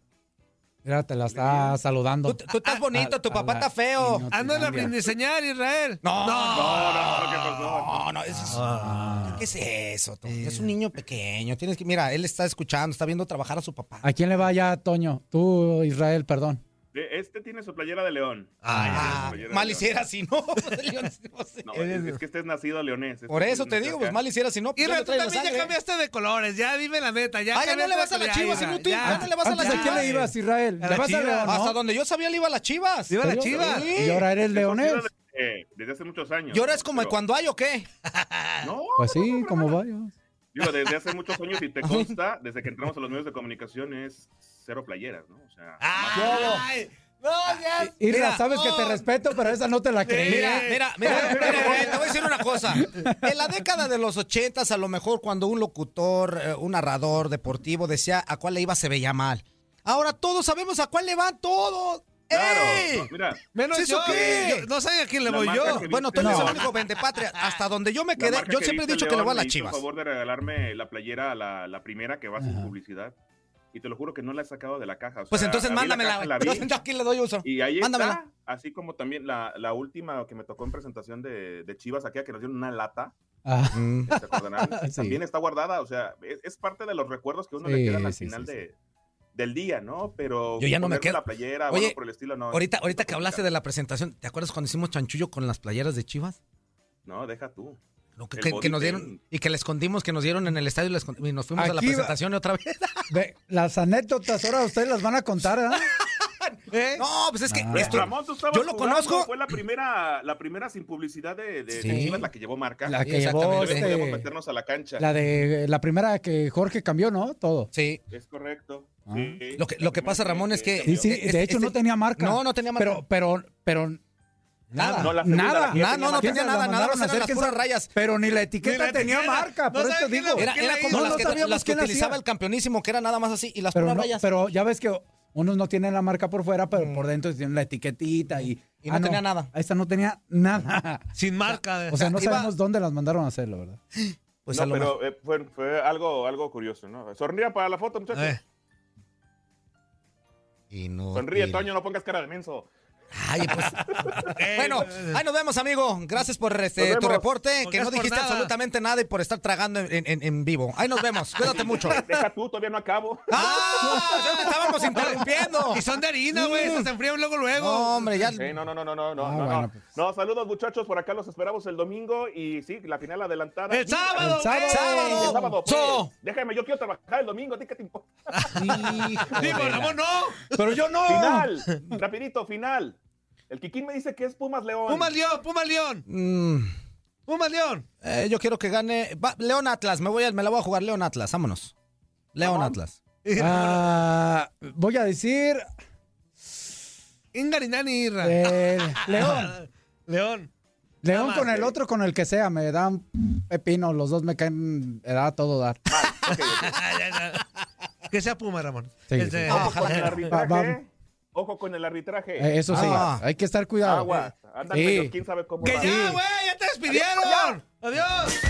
Speaker 5: Mira, te la está saludando. Ah,
Speaker 2: Tú, tú
Speaker 6: Ah,
Speaker 2: estás bonito,
Speaker 5: A-
Speaker 2: tu
Speaker 5: a
Speaker 2: papá
Speaker 5: la
Speaker 2: está feo.
Speaker 5: inútil.
Speaker 1: Ándale a diseñar, Israel.
Speaker 2: No,
Speaker 6: No,
Speaker 1: no.
Speaker 6: no, no, ¿qué pasó?
Speaker 2: No, no, eso es-
Speaker 6: Ah.
Speaker 2: ¿Qué es eso? Toño? Es un niño pequeño. Tienes que, mira, él está escuchando, está viendo trabajar a su papá.
Speaker 5: ¿A quién le va ya, Toño? Tú, Israel, perdón.
Speaker 6: De- Este tiene su playera de león.
Speaker 2: Ah,
Speaker 6: Dios, oye,
Speaker 2: mal
Speaker 6: León.
Speaker 2: hiciera si no. León, no sé.
Speaker 6: No, es, es que este es nacido leonés. Este
Speaker 2: Por
Speaker 6: sí
Speaker 2: eso
Speaker 6: es
Speaker 2: te
Speaker 6: nacido
Speaker 2: digo,
Speaker 6: acá.
Speaker 2: pues mal hiciera si no.
Speaker 1: Y
Speaker 2: ya le
Speaker 1: tú
Speaker 2: traes la
Speaker 1: también ya
Speaker 2: sangre.
Speaker 1: cambiaste de colores, ya dime la neta, ya.
Speaker 2: Ah, ya no
Speaker 1: cambiaste
Speaker 2: le vas
Speaker 1: de
Speaker 2: a las
Speaker 1: color,
Speaker 2: chivas,
Speaker 1: ya,
Speaker 2: inútil.
Speaker 1: ya.
Speaker 2: Ya no le vas a las
Speaker 5: Antes, ¿A quién
Speaker 2: chivas.
Speaker 5: le ibas, Israel?
Speaker 1: A
Speaker 5: ¿Le
Speaker 1: la
Speaker 5: vas a
Speaker 1: Chivas.
Speaker 5: León, no?
Speaker 2: Hasta donde yo sabía le iba a las chivas.
Speaker 1: Iba a las
Speaker 5: ¿En serio?
Speaker 1: chivas.
Speaker 5: ¿Y ahora eres
Speaker 6: Es nacido
Speaker 5: leonés?
Speaker 6: de- eh, desde hace muchos años.
Speaker 2: ¿Y ahora es como
Speaker 6: Pero-
Speaker 2: cuando hay o qué?
Speaker 6: No,
Speaker 5: Pues
Speaker 6: no, no,
Speaker 5: sí,
Speaker 6: no,
Speaker 5: como
Speaker 6: no.
Speaker 5: varios.
Speaker 6: Digo, desde hace muchos años y te consta, desde que entramos a los medios de comunicación es cero playeras, ¿no? O sea,
Speaker 1: Ah, Ay, no, ya.
Speaker 5: Irra,
Speaker 2: Mira,
Speaker 5: sabes que te respeto, pero esa no te la creí.
Speaker 2: Mira, mira, mira, mira, eh, te voy a decir una cosa. En la década de los ochentas, a lo mejor cuando un locutor, eh, un narrador deportivo decía a cuál le iba se veía mal. Ahora todos sabemos a cuál le van todos.
Speaker 6: claro.
Speaker 2: ¡Ey!
Speaker 6: no, mira,
Speaker 1: Menos
Speaker 2: ¿Eso
Speaker 1: yo,
Speaker 2: qué?
Speaker 1: yo- No saben a quién le
Speaker 6: La
Speaker 1: voy
Speaker 6: marca
Speaker 1: yo.
Speaker 6: que-
Speaker 2: Bueno, tú eres
Speaker 5: No.
Speaker 2: el único vendepatria. Hasta donde yo me
Speaker 6: la
Speaker 2: quedé,
Speaker 6: marca
Speaker 2: yo siempre he
Speaker 6: viste
Speaker 2: dicho que le
Speaker 6: León
Speaker 2: voy a
Speaker 6: me
Speaker 2: las
Speaker 6: hizo
Speaker 2: chivas.
Speaker 6: favor de regalarme la playera, la, la primera que va sin
Speaker 5: Ajá.
Speaker 6: publicidad. Y te lo juro que no la he sacado de la caja. o
Speaker 2: Pues
Speaker 6: sea,
Speaker 2: entonces
Speaker 6: abrí la
Speaker 2: mándamela.
Speaker 6: caja,
Speaker 2: güey.
Speaker 6: la vi,
Speaker 2: Entonces, Aquí le doy uso.
Speaker 6: y ahí
Speaker 2: Mándamela.
Speaker 6: está, así como también la, la última que me tocó en presentación de, de Chivas, aquella que nos dieron una lata.
Speaker 5: Ah,
Speaker 6: ¿se acordarán?
Speaker 5: Sí.
Speaker 6: También está guardada, o sea, es, es parte de los recuerdos que uno
Speaker 5: Sí,
Speaker 6: le quedan al
Speaker 5: sí,
Speaker 6: final
Speaker 5: sí, sí.
Speaker 6: de- del día, ¿no? Pero
Speaker 2: Yo ya no me
Speaker 6: ponerle
Speaker 2: quedo.
Speaker 6: la playera
Speaker 2: Oye,
Speaker 6: o algo por el estilo, no.
Speaker 2: Ahorita, ahorita que hablaste de la presentación, ¿te acuerdas cuando hicimos chanchullo con las playeras de Chivas?
Speaker 6: No, deja tú.
Speaker 2: Lo que,
Speaker 6: El
Speaker 2: que- que nos
Speaker 6: bodypaint.
Speaker 2: dieron y que le escondimos, que nos dieron en el estadio y, la escondimos, y nos fuimos a la
Speaker 5: Aquí va-
Speaker 2: presentación otra vez.
Speaker 5: ve, las anécdotas ahora ustedes las van a contar, ¿ah?
Speaker 1: ¿Eh?
Speaker 2: No, pues es que
Speaker 5: Ah.
Speaker 2: esto-
Speaker 6: Ramón, tú estabas
Speaker 2: yo lo
Speaker 6: jugando,
Speaker 2: conozco.
Speaker 6: Fue la primera, la primera sin publicidad de, de- de
Speaker 2: Sí.
Speaker 6: Chivas, la que llevó marca.
Speaker 5: La
Speaker 2: Sí,
Speaker 5: que llevó
Speaker 6: Entonces
Speaker 2: exactamente.
Speaker 6: podíamos
Speaker 5: este,
Speaker 6: meternos a la cancha.
Speaker 5: la de la primera que Jorge cambió, ¿no? Todo.
Speaker 2: Sí.
Speaker 6: Es correcto.
Speaker 5: Ah.
Speaker 6: sí. Este,
Speaker 2: Lo que- lo que pasa, Ramón, es que-
Speaker 5: Sí, sí, de hecho no tenía marca.
Speaker 2: No, no tenía marca.
Speaker 5: Pero, pero, pero
Speaker 2: Nada.
Speaker 6: No, la segunda,
Speaker 5: nada,
Speaker 6: la que ya
Speaker 2: nada,
Speaker 6: tenía
Speaker 2: no, no
Speaker 6: marca.
Speaker 2: tenía
Speaker 5: Esa la
Speaker 2: nada, nada
Speaker 5: mandaron
Speaker 2: más
Speaker 5: a
Speaker 2: eran
Speaker 5: hacer
Speaker 2: las
Speaker 5: que
Speaker 2: puras
Speaker 5: esa-
Speaker 2: rayas.
Speaker 5: Pero ni la etiqueta
Speaker 1: Ni la
Speaker 5: tenía
Speaker 1: etiqueta.
Speaker 5: marca,
Speaker 1: No
Speaker 5: por
Speaker 1: sabe
Speaker 5: eso
Speaker 1: quién
Speaker 5: digo.
Speaker 1: la-
Speaker 2: Era,
Speaker 1: ¿Qué
Speaker 2: era
Speaker 1: le
Speaker 2: como
Speaker 1: hizo?
Speaker 2: las
Speaker 5: No,
Speaker 2: que,
Speaker 5: no sabíamos
Speaker 2: las que
Speaker 5: quién la
Speaker 2: utilizaba
Speaker 5: hacía.
Speaker 2: el campeonísimo, que era nada más así, y las
Speaker 5: Pero,
Speaker 2: puras
Speaker 5: no,
Speaker 2: rayas.
Speaker 5: pero ya ves que unos no tienen la marca por fuera, pero por dentro tienen la etiquetita y...
Speaker 2: Y no tenía nada.
Speaker 5: Esta no tenía nada.
Speaker 1: Sin marca. eh.
Speaker 5: O sea, no
Speaker 2: Iba-
Speaker 5: sabemos dónde las mandaron a hacer, la verdad.
Speaker 2: Pues
Speaker 6: no,
Speaker 2: a lo mejor.
Speaker 6: pero eh, fue, fue algo, algo curioso, ¿no? Sonría para la foto, muchachos.
Speaker 1: Eh.
Speaker 6: Sonríe, Toño, no pongas cara de menso.
Speaker 2: Ay, pues- bueno, ahí nos vemos, amigo. Gracias por este,
Speaker 6: Nos
Speaker 2: tu
Speaker 6: vemos.
Speaker 2: reporte,
Speaker 1: No,
Speaker 2: que no
Speaker 1: gracias por
Speaker 2: dijiste
Speaker 1: nada.
Speaker 2: absolutamente nada y por estar tragando en, en- en vivo. Ahí nos vemos. Cuídate mucho.
Speaker 6: Deja tú, todavía no acabo.
Speaker 2: ¡Ah! Ya te estábamos interrumpiendo.
Speaker 1: Y son de harina,
Speaker 2: Mm.
Speaker 1: güey. esas Se enfrían luego, luego.
Speaker 2: No, hombre, ya. pues.
Speaker 6: Sí, no, no, no, no, no, no,
Speaker 5: Ah,
Speaker 6: no,
Speaker 5: bueno,
Speaker 6: no. No, saludos muchachos, por acá los esperamos el domingo y sí, la final adelantada.
Speaker 1: El
Speaker 6: Y-
Speaker 1: sábado,
Speaker 5: El
Speaker 1: güey.
Speaker 5: sábado.
Speaker 6: El sábado, pues.
Speaker 2: So.
Speaker 6: Déjame, yo quiero trabajar el domingo, ¿a ti qué te importa?
Speaker 1: Digo, Ramón, no.
Speaker 5: Pero yo no.
Speaker 6: Final, rapidito, final. El Kikín me dice que es Pumas León.
Speaker 1: Pumas León, Pumas León,
Speaker 2: Mm,
Speaker 1: Pumas León.
Speaker 2: eh, yo quiero que gane. va, León Atlas, me voy a, me la voy a jugar León Atlas, vámonos. León Atlas.
Speaker 5: Ah, voy a decir.
Speaker 1: Ingarinani, Irra.
Speaker 5: eh, León.
Speaker 1: León.
Speaker 5: León
Speaker 1: más,
Speaker 5: con el
Speaker 1: güey.
Speaker 5: otro, con el que sea. Me dan pepino. Los dos me caen. Me da todo dar.
Speaker 1: Ah, Ya, ya. que sea Puma, Ramón.
Speaker 5: Sí,
Speaker 1: Este,
Speaker 5: sí.
Speaker 1: ah,
Speaker 6: Ojo con el
Speaker 5: Va- va-
Speaker 6: arbitraje. Ojo con el arbitraje.
Speaker 5: Eh, eso sí,
Speaker 2: Ah.
Speaker 5: hay que estar cuidado.
Speaker 6: Agua. Andan
Speaker 5: Sí.
Speaker 6: medio, quién sabe cómo
Speaker 1: que
Speaker 6: va.
Speaker 1: ya, güey, ya te despidieron. Adiós.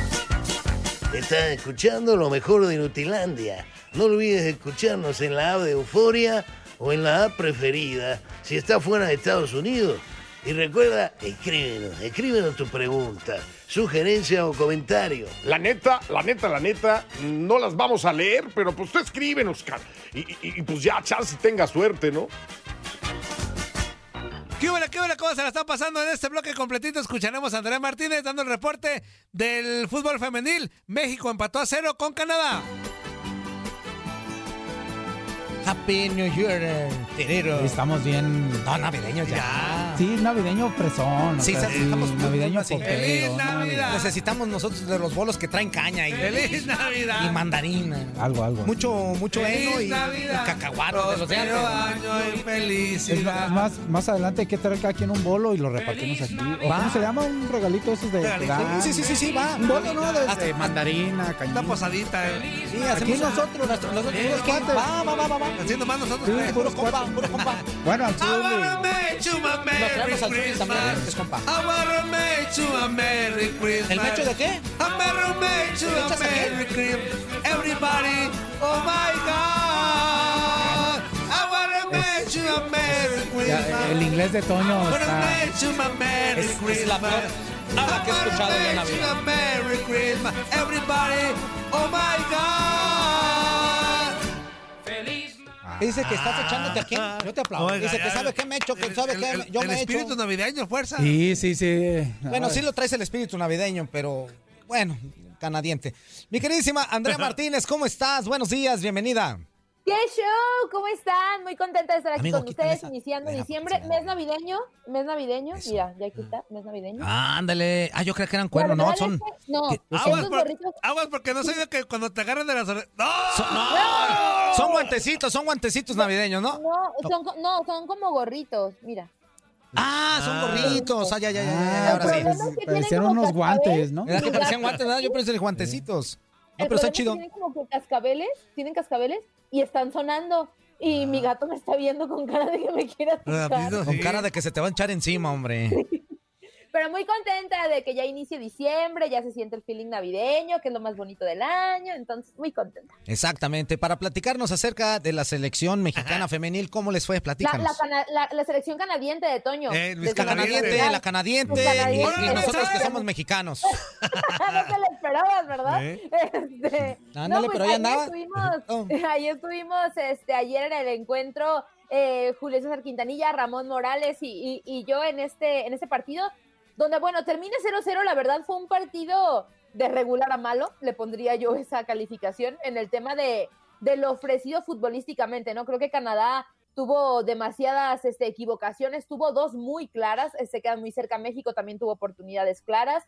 Speaker 7: Estás escuchando lo mejor de Nutilandia. No olvides escucharnos en la app de Euforia o en la app preferida si estás fuera de Estados Unidos. Y recuerda, escríbenos, escríbenos tu pregunta, sugerencia o comentario.
Speaker 4: La neta, la neta, la neta, no las vamos a leer, pero pues tú escríbenos, Oscar. Y, y- y pues ya, chance tenga suerte, ¿no?
Speaker 1: ¿Qué huele, qué huele, cómo se la están pasando en este bloque completito? Escucharemos a Andrea Martínez dando el reporte del fútbol femenil. México empató a cero con Canadá.
Speaker 2: Happy New Year, terero.
Speaker 5: Estamos bien.
Speaker 2: No, navideño ya.
Speaker 5: Sí, navideño presón. o
Speaker 2: Sí,
Speaker 5: sea,
Speaker 2: sí, estamos muy,
Speaker 5: navideño
Speaker 2: muy así.
Speaker 5: popero,
Speaker 1: ¡Feliz Navidad!
Speaker 2: Necesitamos nosotros de los bolos que traen caña y,
Speaker 1: ¡Feliz
Speaker 2: y
Speaker 1: Navidad!
Speaker 2: mandarina.
Speaker 5: Algo, algo.
Speaker 2: Mucho, mucho heno y,
Speaker 1: ¡Feliz
Speaker 2: y
Speaker 1: Navidad!
Speaker 2: cacahuates de los de
Speaker 1: Próspero
Speaker 2: antes.
Speaker 1: año y
Speaker 5: Es
Speaker 1: felicidad.
Speaker 5: más, más- más adelante hay que traer cada quien un bolo y lo repartimos aquí. ¿O
Speaker 2: Va.
Speaker 5: ¿Cómo se llama un regalito esos de.?
Speaker 1: Regalito.
Speaker 5: Ah,
Speaker 2: Sí, sí, sí, sí, va.
Speaker 5: Un bolo, ¿no? De,
Speaker 2: Hasta-
Speaker 5: de mandarina,
Speaker 1: Una
Speaker 5: cañita.
Speaker 1: posadita, eh.
Speaker 2: Sí, hacemos
Speaker 5: Aquí
Speaker 2: nosotros, nuestro- nosotros
Speaker 1: Eh,
Speaker 2: los cuates. Va, va, va, va, va.
Speaker 1: Haciendo más nosotros.
Speaker 5: Sí, pues,
Speaker 1: tres.
Speaker 5: puros
Speaker 2: Puro compa,
Speaker 5: cuates.
Speaker 2: puro compa.
Speaker 5: Bueno,
Speaker 2: Ah,
Speaker 5: al eh,
Speaker 1: I wanna
Speaker 5: chile.
Speaker 1: make you a
Speaker 2: Lo
Speaker 1: Merry
Speaker 2: traemos al Zuli también,
Speaker 1: Christmas.
Speaker 2: es compa.
Speaker 1: I wanna make you a Merry Christmas.
Speaker 2: ¿El macho de qué?
Speaker 1: I wanna make you
Speaker 2: ¿Le
Speaker 1: a
Speaker 2: echas a qué?
Speaker 1: Merry Christmas. Everybody, oh my God. I wanna make you a Merry
Speaker 5: Ya,
Speaker 1: Christmas.
Speaker 5: el inglés de
Speaker 2: Ah,
Speaker 5: Toño
Speaker 1: Wanna
Speaker 5: está.
Speaker 1: make you a Merry
Speaker 2: Es-
Speaker 1: Christmas.
Speaker 2: es la peor nada que he
Speaker 1: I wanna
Speaker 2: escuchado yo en la
Speaker 1: make you
Speaker 2: vida.
Speaker 1: a Merry Christmas. Everybody, oh my God.
Speaker 2: Dice que estás echándote aquí. Yo te aplaudo.
Speaker 1: Oiga,
Speaker 2: Dice que
Speaker 1: ya-
Speaker 2: sabe qué me he hecho, que
Speaker 1: el-
Speaker 2: sabe
Speaker 1: el-
Speaker 2: qué
Speaker 1: el-
Speaker 2: me- yo
Speaker 1: el
Speaker 2: me he hecho.
Speaker 1: espíritu navideño, fuerza.
Speaker 5: Sí, sí, sí.
Speaker 2: Bueno, sí lo traes el espíritu navideño, pero bueno, canadiente. Mi queridísima Andrea Martínez, ¿cómo estás? Buenos días, bienvenida.
Speaker 8: ¡Qué show! ¿Cómo están? Muy contenta de estar aquí
Speaker 2: Amigo,
Speaker 8: con
Speaker 2: quítale
Speaker 8: ustedes,
Speaker 2: esa-
Speaker 8: iniciando
Speaker 2: deja,
Speaker 8: diciembre.
Speaker 2: sí.
Speaker 8: Mes navideño, mes navideño.
Speaker 2: Eso.
Speaker 8: Mira, ya aquí está, mes navideño.
Speaker 2: ándale. Ah, yo creo que eran
Speaker 8: La
Speaker 2: cuernos, no,
Speaker 8: verdad
Speaker 2: son.
Speaker 8: es que no,
Speaker 2: que- ah,
Speaker 1: Aguas,
Speaker 8: estos
Speaker 1: por-
Speaker 8: gorritos,
Speaker 1: aguas porque no soy de que cuando te agarran de las orejas. ¡No!
Speaker 2: son- no, son guantecitos, son guantecitos navideños, ¿no?
Speaker 8: no, son, co- no, son como gorritos, mira.
Speaker 2: Ah, son gorritos. Ah, ya, ya, ya, ya, ya,
Speaker 5: Ah,
Speaker 2: ahora sí.
Speaker 8: pero- Problemas que tienen
Speaker 5: Parecieron
Speaker 8: como
Speaker 5: unos
Speaker 8: cascabel.
Speaker 5: guantes, ¿no?
Speaker 2: Era que
Speaker 8: Lugar-
Speaker 2: parecían guantes, ¿verdad? Yo pensé en guantecitos. No,
Speaker 8: El
Speaker 2: pero está
Speaker 8: problema es que
Speaker 2: chido.
Speaker 8: Tienen como que cascabeles, tienen cascabeles y están sonando. Y
Speaker 2: Ah.
Speaker 8: mi gato me está viendo con cara de que me quiere atacar.
Speaker 1: Rápido,
Speaker 2: Con
Speaker 1: sí.
Speaker 2: cara de que se te va a echar encima, hombre.
Speaker 8: Pero muy contenta de que ya inicie diciembre, ya se siente el feeling navideño, que es lo más bonito del año, entonces muy contenta.
Speaker 2: Exactamente. Para platicarnos acerca de la selección mexicana femenil, ¿cómo les fue?
Speaker 8: La, la
Speaker 2: Platícanos.
Speaker 8: cana- la- la selección canadiense de Toño.
Speaker 1: Eh, Luis
Speaker 8: desde
Speaker 2: La canadiente,
Speaker 8: Canadá.
Speaker 2: la canadiente,
Speaker 8: La
Speaker 2: y,
Speaker 8: canadiense.
Speaker 2: y nosotros que
Speaker 1: Órale,
Speaker 2: somos mexicanos.
Speaker 8: no te la esperabas, ¿verdad?
Speaker 1: ¿Eh?
Speaker 8: Este,
Speaker 2: Ándale, pero ahí
Speaker 8: ayer
Speaker 2: andaba.
Speaker 8: Estuvimos,
Speaker 2: Oh.
Speaker 8: Ahí estuvimos este, ayer en el encuentro eh, Julio César Quintanilla, Ramón Morales y, y- y yo en este, en este partido, donde, bueno, termina 0-0, la verdad fue un partido de regular a malo, le pondría yo esa calificación en el tema de, de lo ofrecido futbolísticamente, ¿no? Creo que Canadá tuvo demasiadas este, equivocaciones, tuvo dos muy claras, eh, se quedan muy cerca México, también tuvo oportunidades claras,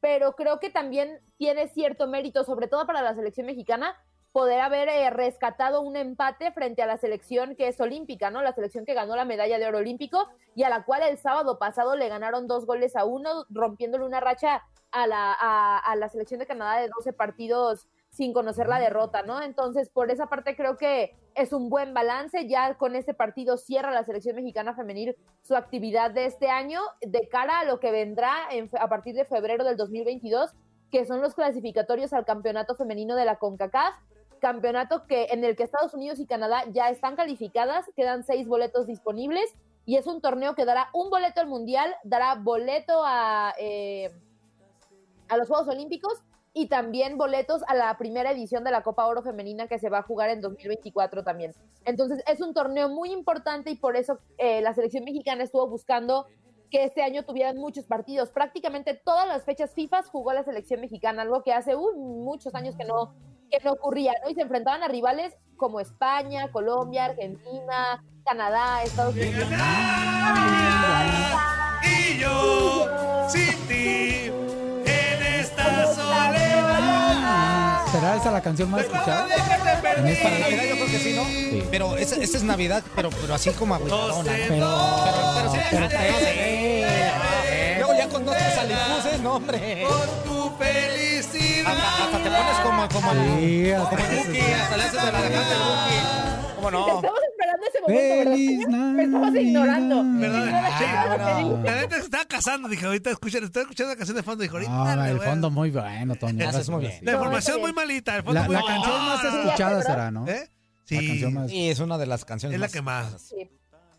Speaker 8: pero creo que también tiene cierto mérito, sobre todo para la selección mexicana, poder haber eh, rescatado un empate frente a la selección que es olímpica, ¿no? La selección que ganó la medalla de oro olímpico y a la cual el sábado pasado le ganaron dos goles a uno, rompiéndole una racha a la, a, a la selección de Canadá de 12 partidos sin conocer la derrota, ¿no? Entonces, por esa parte creo que es un buen balance. Ya con este partido cierra la selección mexicana femenil su actividad de este año de cara a lo que vendrá en fe- a partir de febrero del 2022, que son los clasificatorios al campeonato femenino de la CONCACAF, campeonato que en el que Estados Unidos y Canadá ya están calificadas, quedan seis boletos disponibles y es un torneo que dará un boleto al mundial, dará boleto a eh, a los Juegos Olímpicos y también boletos a la primera edición de la Copa Oro Femenina que se va a jugar en 2024 también. Entonces es un torneo muy importante y por eso eh, la selección mexicana estuvo buscando que este año tuvieran muchos partidos. Prácticamente todas las fechas FIFA jugó la selección mexicana, algo que hace uh, muchos años que no, que no ocurría, ¿no? Y se enfrentaban a rivales como España, Colombia, Argentina, Canadá, Estados Unidos.
Speaker 1: Y yo, sin ti, en esta soledad.
Speaker 5: Ah, ¿Será esa la canción más escuchada? En esta-
Speaker 2: Navidad yo creo que sí, ¿no? Pero esa, esa es Navidad, pero, pero así como
Speaker 1: No
Speaker 2: agüitadona.
Speaker 1: sé,
Speaker 2: Pero,
Speaker 1: no.
Speaker 2: pero, eh. sí,
Speaker 5: Pero-
Speaker 2: no sé. Luego ya con dos salicuces, no, hombre.
Speaker 1: Con tu
Speaker 2: Hasta,
Speaker 1: felicidad.
Speaker 2: hasta te pones como, como el,
Speaker 5: Sí,
Speaker 2: como el
Speaker 5: hasta
Speaker 2: Buki, hasta le haces de la cantante del Buki. ¿Cómo no?
Speaker 8: Estamos esperando ese momento, ¿verdad?
Speaker 5: Feliz
Speaker 8: Me estamos
Speaker 5: Navidad.
Speaker 8: ignorando.
Speaker 5: Perdón.
Speaker 8: Ignora
Speaker 1: Sí,
Speaker 8: todo lo que
Speaker 2: bueno.
Speaker 8: dije.
Speaker 1: La neta se estaba casando, dije, ahorita escuchen, estoy escuchando la canción de fondo, dije, ahorita.
Speaker 5: Ah,
Speaker 1: le
Speaker 5: el
Speaker 1: voy a-
Speaker 5: fondo muy bueno, Toño.
Speaker 2: Haces
Speaker 5: Gracias,
Speaker 2: muy
Speaker 5: gracias.
Speaker 2: bien.
Speaker 1: La información muy malita, el fondo
Speaker 5: La,
Speaker 1: muy
Speaker 5: la
Speaker 1: malo.
Speaker 5: canción más
Speaker 1: No, no, no.
Speaker 5: escuchada será, ¿no?
Speaker 1: ¿Eh? Sí.
Speaker 5: La canción más.
Speaker 2: Sí, es una de las canciones
Speaker 1: Es la que más.
Speaker 8: Sí.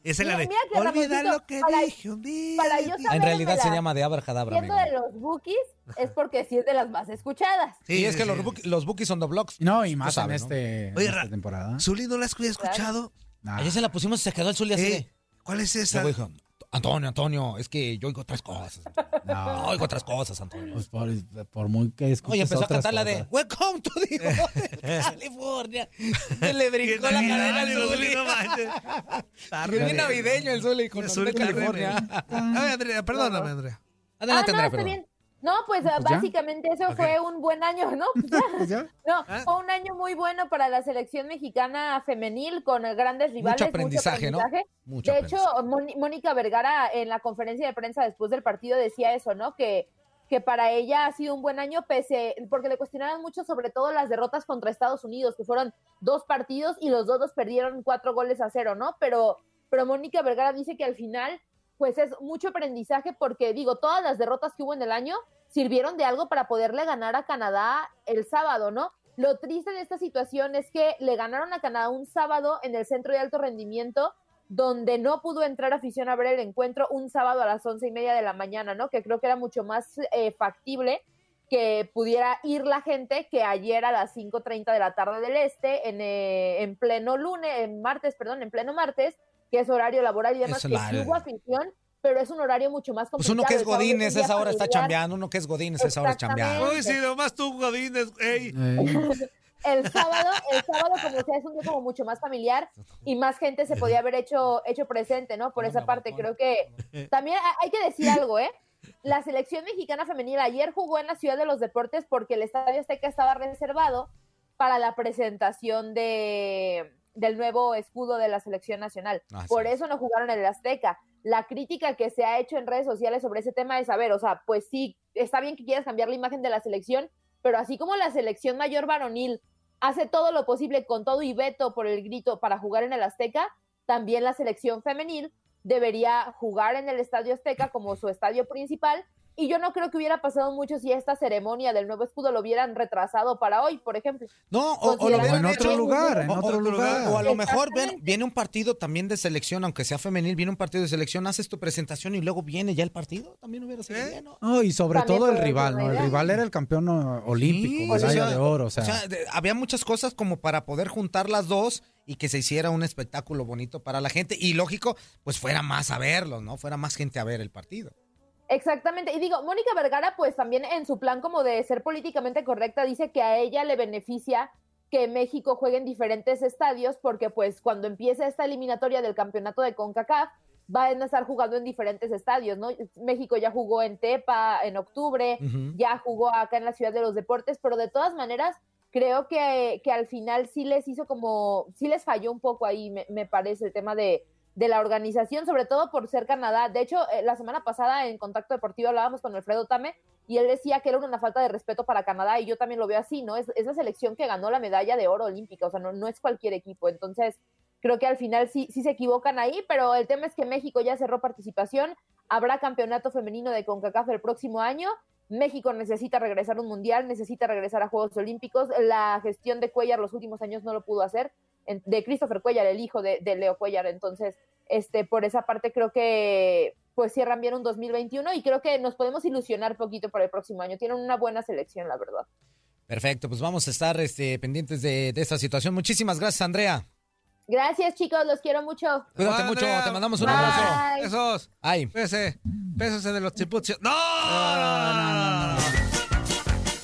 Speaker 1: Esa es la
Speaker 8: Mira,
Speaker 1: de.
Speaker 8: mira que
Speaker 1: Olvidar
Speaker 8: Ramoncito,
Speaker 1: lo que
Speaker 8: para-
Speaker 1: dije un día.
Speaker 8: para yo
Speaker 1: de ti".
Speaker 8: saber-
Speaker 2: En realidad se
Speaker 8: Dámela.
Speaker 2: llama de Abracadabra,
Speaker 8: Siendo
Speaker 2: amigo.
Speaker 8: de los bookies es porque sí es de las más escuchadas.
Speaker 2: Sí, es que los,
Speaker 1: sí.
Speaker 2: Buki- los Bookies on the Blocks.
Speaker 5: No, y más
Speaker 2: Tú sabes,
Speaker 5: en, este,
Speaker 1: Oye,
Speaker 5: en esta
Speaker 1: Ra-
Speaker 5: temporada.
Speaker 1: Zuli no la había escuchado.
Speaker 5: Nah.
Speaker 2: Ayer se la pusimos y se quedó el Zuli así de-
Speaker 1: Eh, ¿Cuál es esa?
Speaker 2: Luego dijo, Antonio, Antonio, es que yo oigo otras cosas. Antonio.
Speaker 5: No.
Speaker 2: oigo otras cosas, Antonio.
Speaker 5: Pues por, por muy que escuches
Speaker 2: Oye, empezó a
Speaker 5: otras
Speaker 2: cantar la de
Speaker 5: cosas.
Speaker 2: Welcome to the Hotel California. Se le
Speaker 1: Que
Speaker 2: brincó la
Speaker 1: Navidad,
Speaker 2: cadena al
Speaker 1: digo, Zuli,
Speaker 2: Zuli.
Speaker 1: no manches.
Speaker 2: Bien navideño el Zuli con
Speaker 1: Zuli
Speaker 2: Hotel California.
Speaker 1: A ver, Ah, Andrea, perdóname, Andrea.
Speaker 8: Ah,
Speaker 2: Adelante,
Speaker 8: no,
Speaker 2: Andrea,
Speaker 8: está
Speaker 2: perdón.
Speaker 8: bien. No, pues,
Speaker 5: ya.
Speaker 8: básicamente eso
Speaker 1: Ok.
Speaker 8: fue un buen año, ¿no? Pues
Speaker 5: Ah,
Speaker 8: ya. No,
Speaker 2: Ah.
Speaker 8: fue un año muy bueno para la selección mexicana femenil con eh, grandes rivales.
Speaker 2: aprendizaje, ¿no?
Speaker 8: aprendizaje.
Speaker 2: Mucho
Speaker 8: de hecho, Moni- Mónica Vergara en la conferencia de prensa después del partido decía eso, ¿no? Que, que para ella ha sido un buen año, pese, porque le cuestionaban mucho sobre todo las derrotas contra Estados Unidos, que fueron dos partidos y los dos los perdieron cuatro goles a cero, ¿no? Pero, pero Mónica Vergara dice que al final, pues es mucho aprendizaje porque, digo, todas las derrotas que hubo en el año sirvieron de algo para poderle ganar a Canadá el sábado, ¿no? Lo triste de esta situación es que le ganaron a Canadá un sábado en el centro de alto rendimiento, donde no pudo entrar afición a ver el encuentro un sábado a las once y media de la mañana, ¿no? Que creo que era mucho más eh, factible que pudiera ir la gente que ayer a las 5.30 de la tarde del este, en, eh, en pleno lunes, en martes, perdón, en pleno martes, que es horario laboral y demás,
Speaker 2: Es
Speaker 8: que sí
Speaker 2: horario.
Speaker 8: hubo afición, pero es un horario mucho más
Speaker 2: Pues
Speaker 8: complicado.
Speaker 2: uno que es
Speaker 8: El sábado un
Speaker 2: Godínez
Speaker 8: día
Speaker 2: a esa hora está
Speaker 8: familiar.
Speaker 2: chambeando, uno que es Godínez a esa hora chambeando.
Speaker 1: Uy, sí, nomás tú, Godínez. Ey,
Speaker 5: Eh,
Speaker 8: el sábado, el sábado como sea, es un día como mucho más familiar y más gente se podía haber hecho, hecho presente, ¿no? Por esa parte, creo que también ha- hay que decir algo, ¿eh? La selección mexicana femenil ayer jugó en la Ciudad de los Deportes porque el Estadio Azteca estaba reservado para la presentación de, del nuevo escudo de la selección nacional.
Speaker 2: Así
Speaker 8: Por
Speaker 2: es.
Speaker 8: eso no jugaron en el Azteca. La crítica que se ha hecho en redes sociales sobre ese tema es, a ver, o sea, pues sí, está bien que quieras cambiar la imagen de la selección, pero así como la selección mayor varonil hace todo lo posible con todo y veto por el grito para jugar en el Azteca, también la selección femenil debería jugar en el Estadio Azteca como su estadio principal. Y yo no creo que hubiera pasado mucho si esta ceremonia del nuevo escudo lo hubieran retrasado para hoy, por ejemplo.
Speaker 2: No, o, o lo
Speaker 8: Considerando
Speaker 5: o
Speaker 2: hubieran
Speaker 5: en
Speaker 2: hecho.
Speaker 5: otro lugar, en
Speaker 2: O-
Speaker 5: otro
Speaker 2: o-
Speaker 5: lugar.
Speaker 2: O a lo mejor ven-
Speaker 8: Exactamente.
Speaker 2: viene un partido también de selección, aunque sea femenil, viene un partido de selección, haces tu presentación y luego viene ya el partido. También hubiera sido
Speaker 1: ¿Eh?
Speaker 2: bien, ¿no?
Speaker 5: No, y sobre
Speaker 8: También
Speaker 5: todo el
Speaker 8: fue
Speaker 5: rival,
Speaker 8: buena
Speaker 5: ¿no? El
Speaker 8: idea.
Speaker 5: rival era el campeón o- olímpico,
Speaker 2: Sí,
Speaker 5: medalla
Speaker 2: o sea,
Speaker 5: de oro, o sea.
Speaker 2: O sea, de- Eh, había muchas cosas como para poder juntar las dos y que se hiciera un espectáculo bonito para la gente. Y lógico, pues fuera más a verlos, ¿no? Fuera más gente a ver el partido.
Speaker 8: Exactamente. Y digo, Mónica Vergara, pues también en su plan como de ser políticamente correcta, dice que a ella le beneficia que México juegue en diferentes estadios, porque pues cuando empiece esta eliminatoria del campeonato de CONCACAF, van a estar jugando en diferentes estadios, ¿no? México ya jugó en Tepa en octubre,
Speaker 2: Ujú.
Speaker 8: ya jugó acá en la Ciudad de los Deportes, pero de todas maneras, creo que, que al final sí les hizo como, sí les falló un poco ahí, me, me parece, el tema de, de la organización, sobre todo por ser Canadá. De hecho, eh, la semana pasada en Contacto Deportivo hablábamos con Alfredo Tame y él decía que era una falta de respeto para Canadá y yo también lo veo así, ¿no? Es, es la selección que ganó la medalla de oro olímpica, o sea, no, no es cualquier equipo. Entonces, creo que al final sí, sí se equivocan ahí, pero el tema es que México ya cerró participación, habrá campeonato femenino de CONCACAF el próximo año. México necesita regresar a un mundial, necesita regresar a Juegos Olímpicos. La gestión de Cuellar los últimos años no lo pudo hacer, en- de Christopher Cuellar, el hijo de, de Leo Cuellar. Entonces, este, por esa parte creo que pues cierran bien un 2021 y creo que nos podemos ilusionar poquito para el próximo año. Tienen una buena selección, la verdad.
Speaker 2: Perfecto, pues vamos a estar este, pendientes de, de esta situación. Muchísimas gracias, Andrea.
Speaker 8: Gracias, chicos, los quiero mucho.
Speaker 2: Cuídate
Speaker 1: Bye,
Speaker 2: mucho,
Speaker 1: Andrea.
Speaker 2: te mandamos un
Speaker 8: Bye.
Speaker 2: abrazo.
Speaker 8: Ay.
Speaker 1: Besos.
Speaker 2: Ay.
Speaker 1: Pésese. Pésese de los chipuchos. ¡No!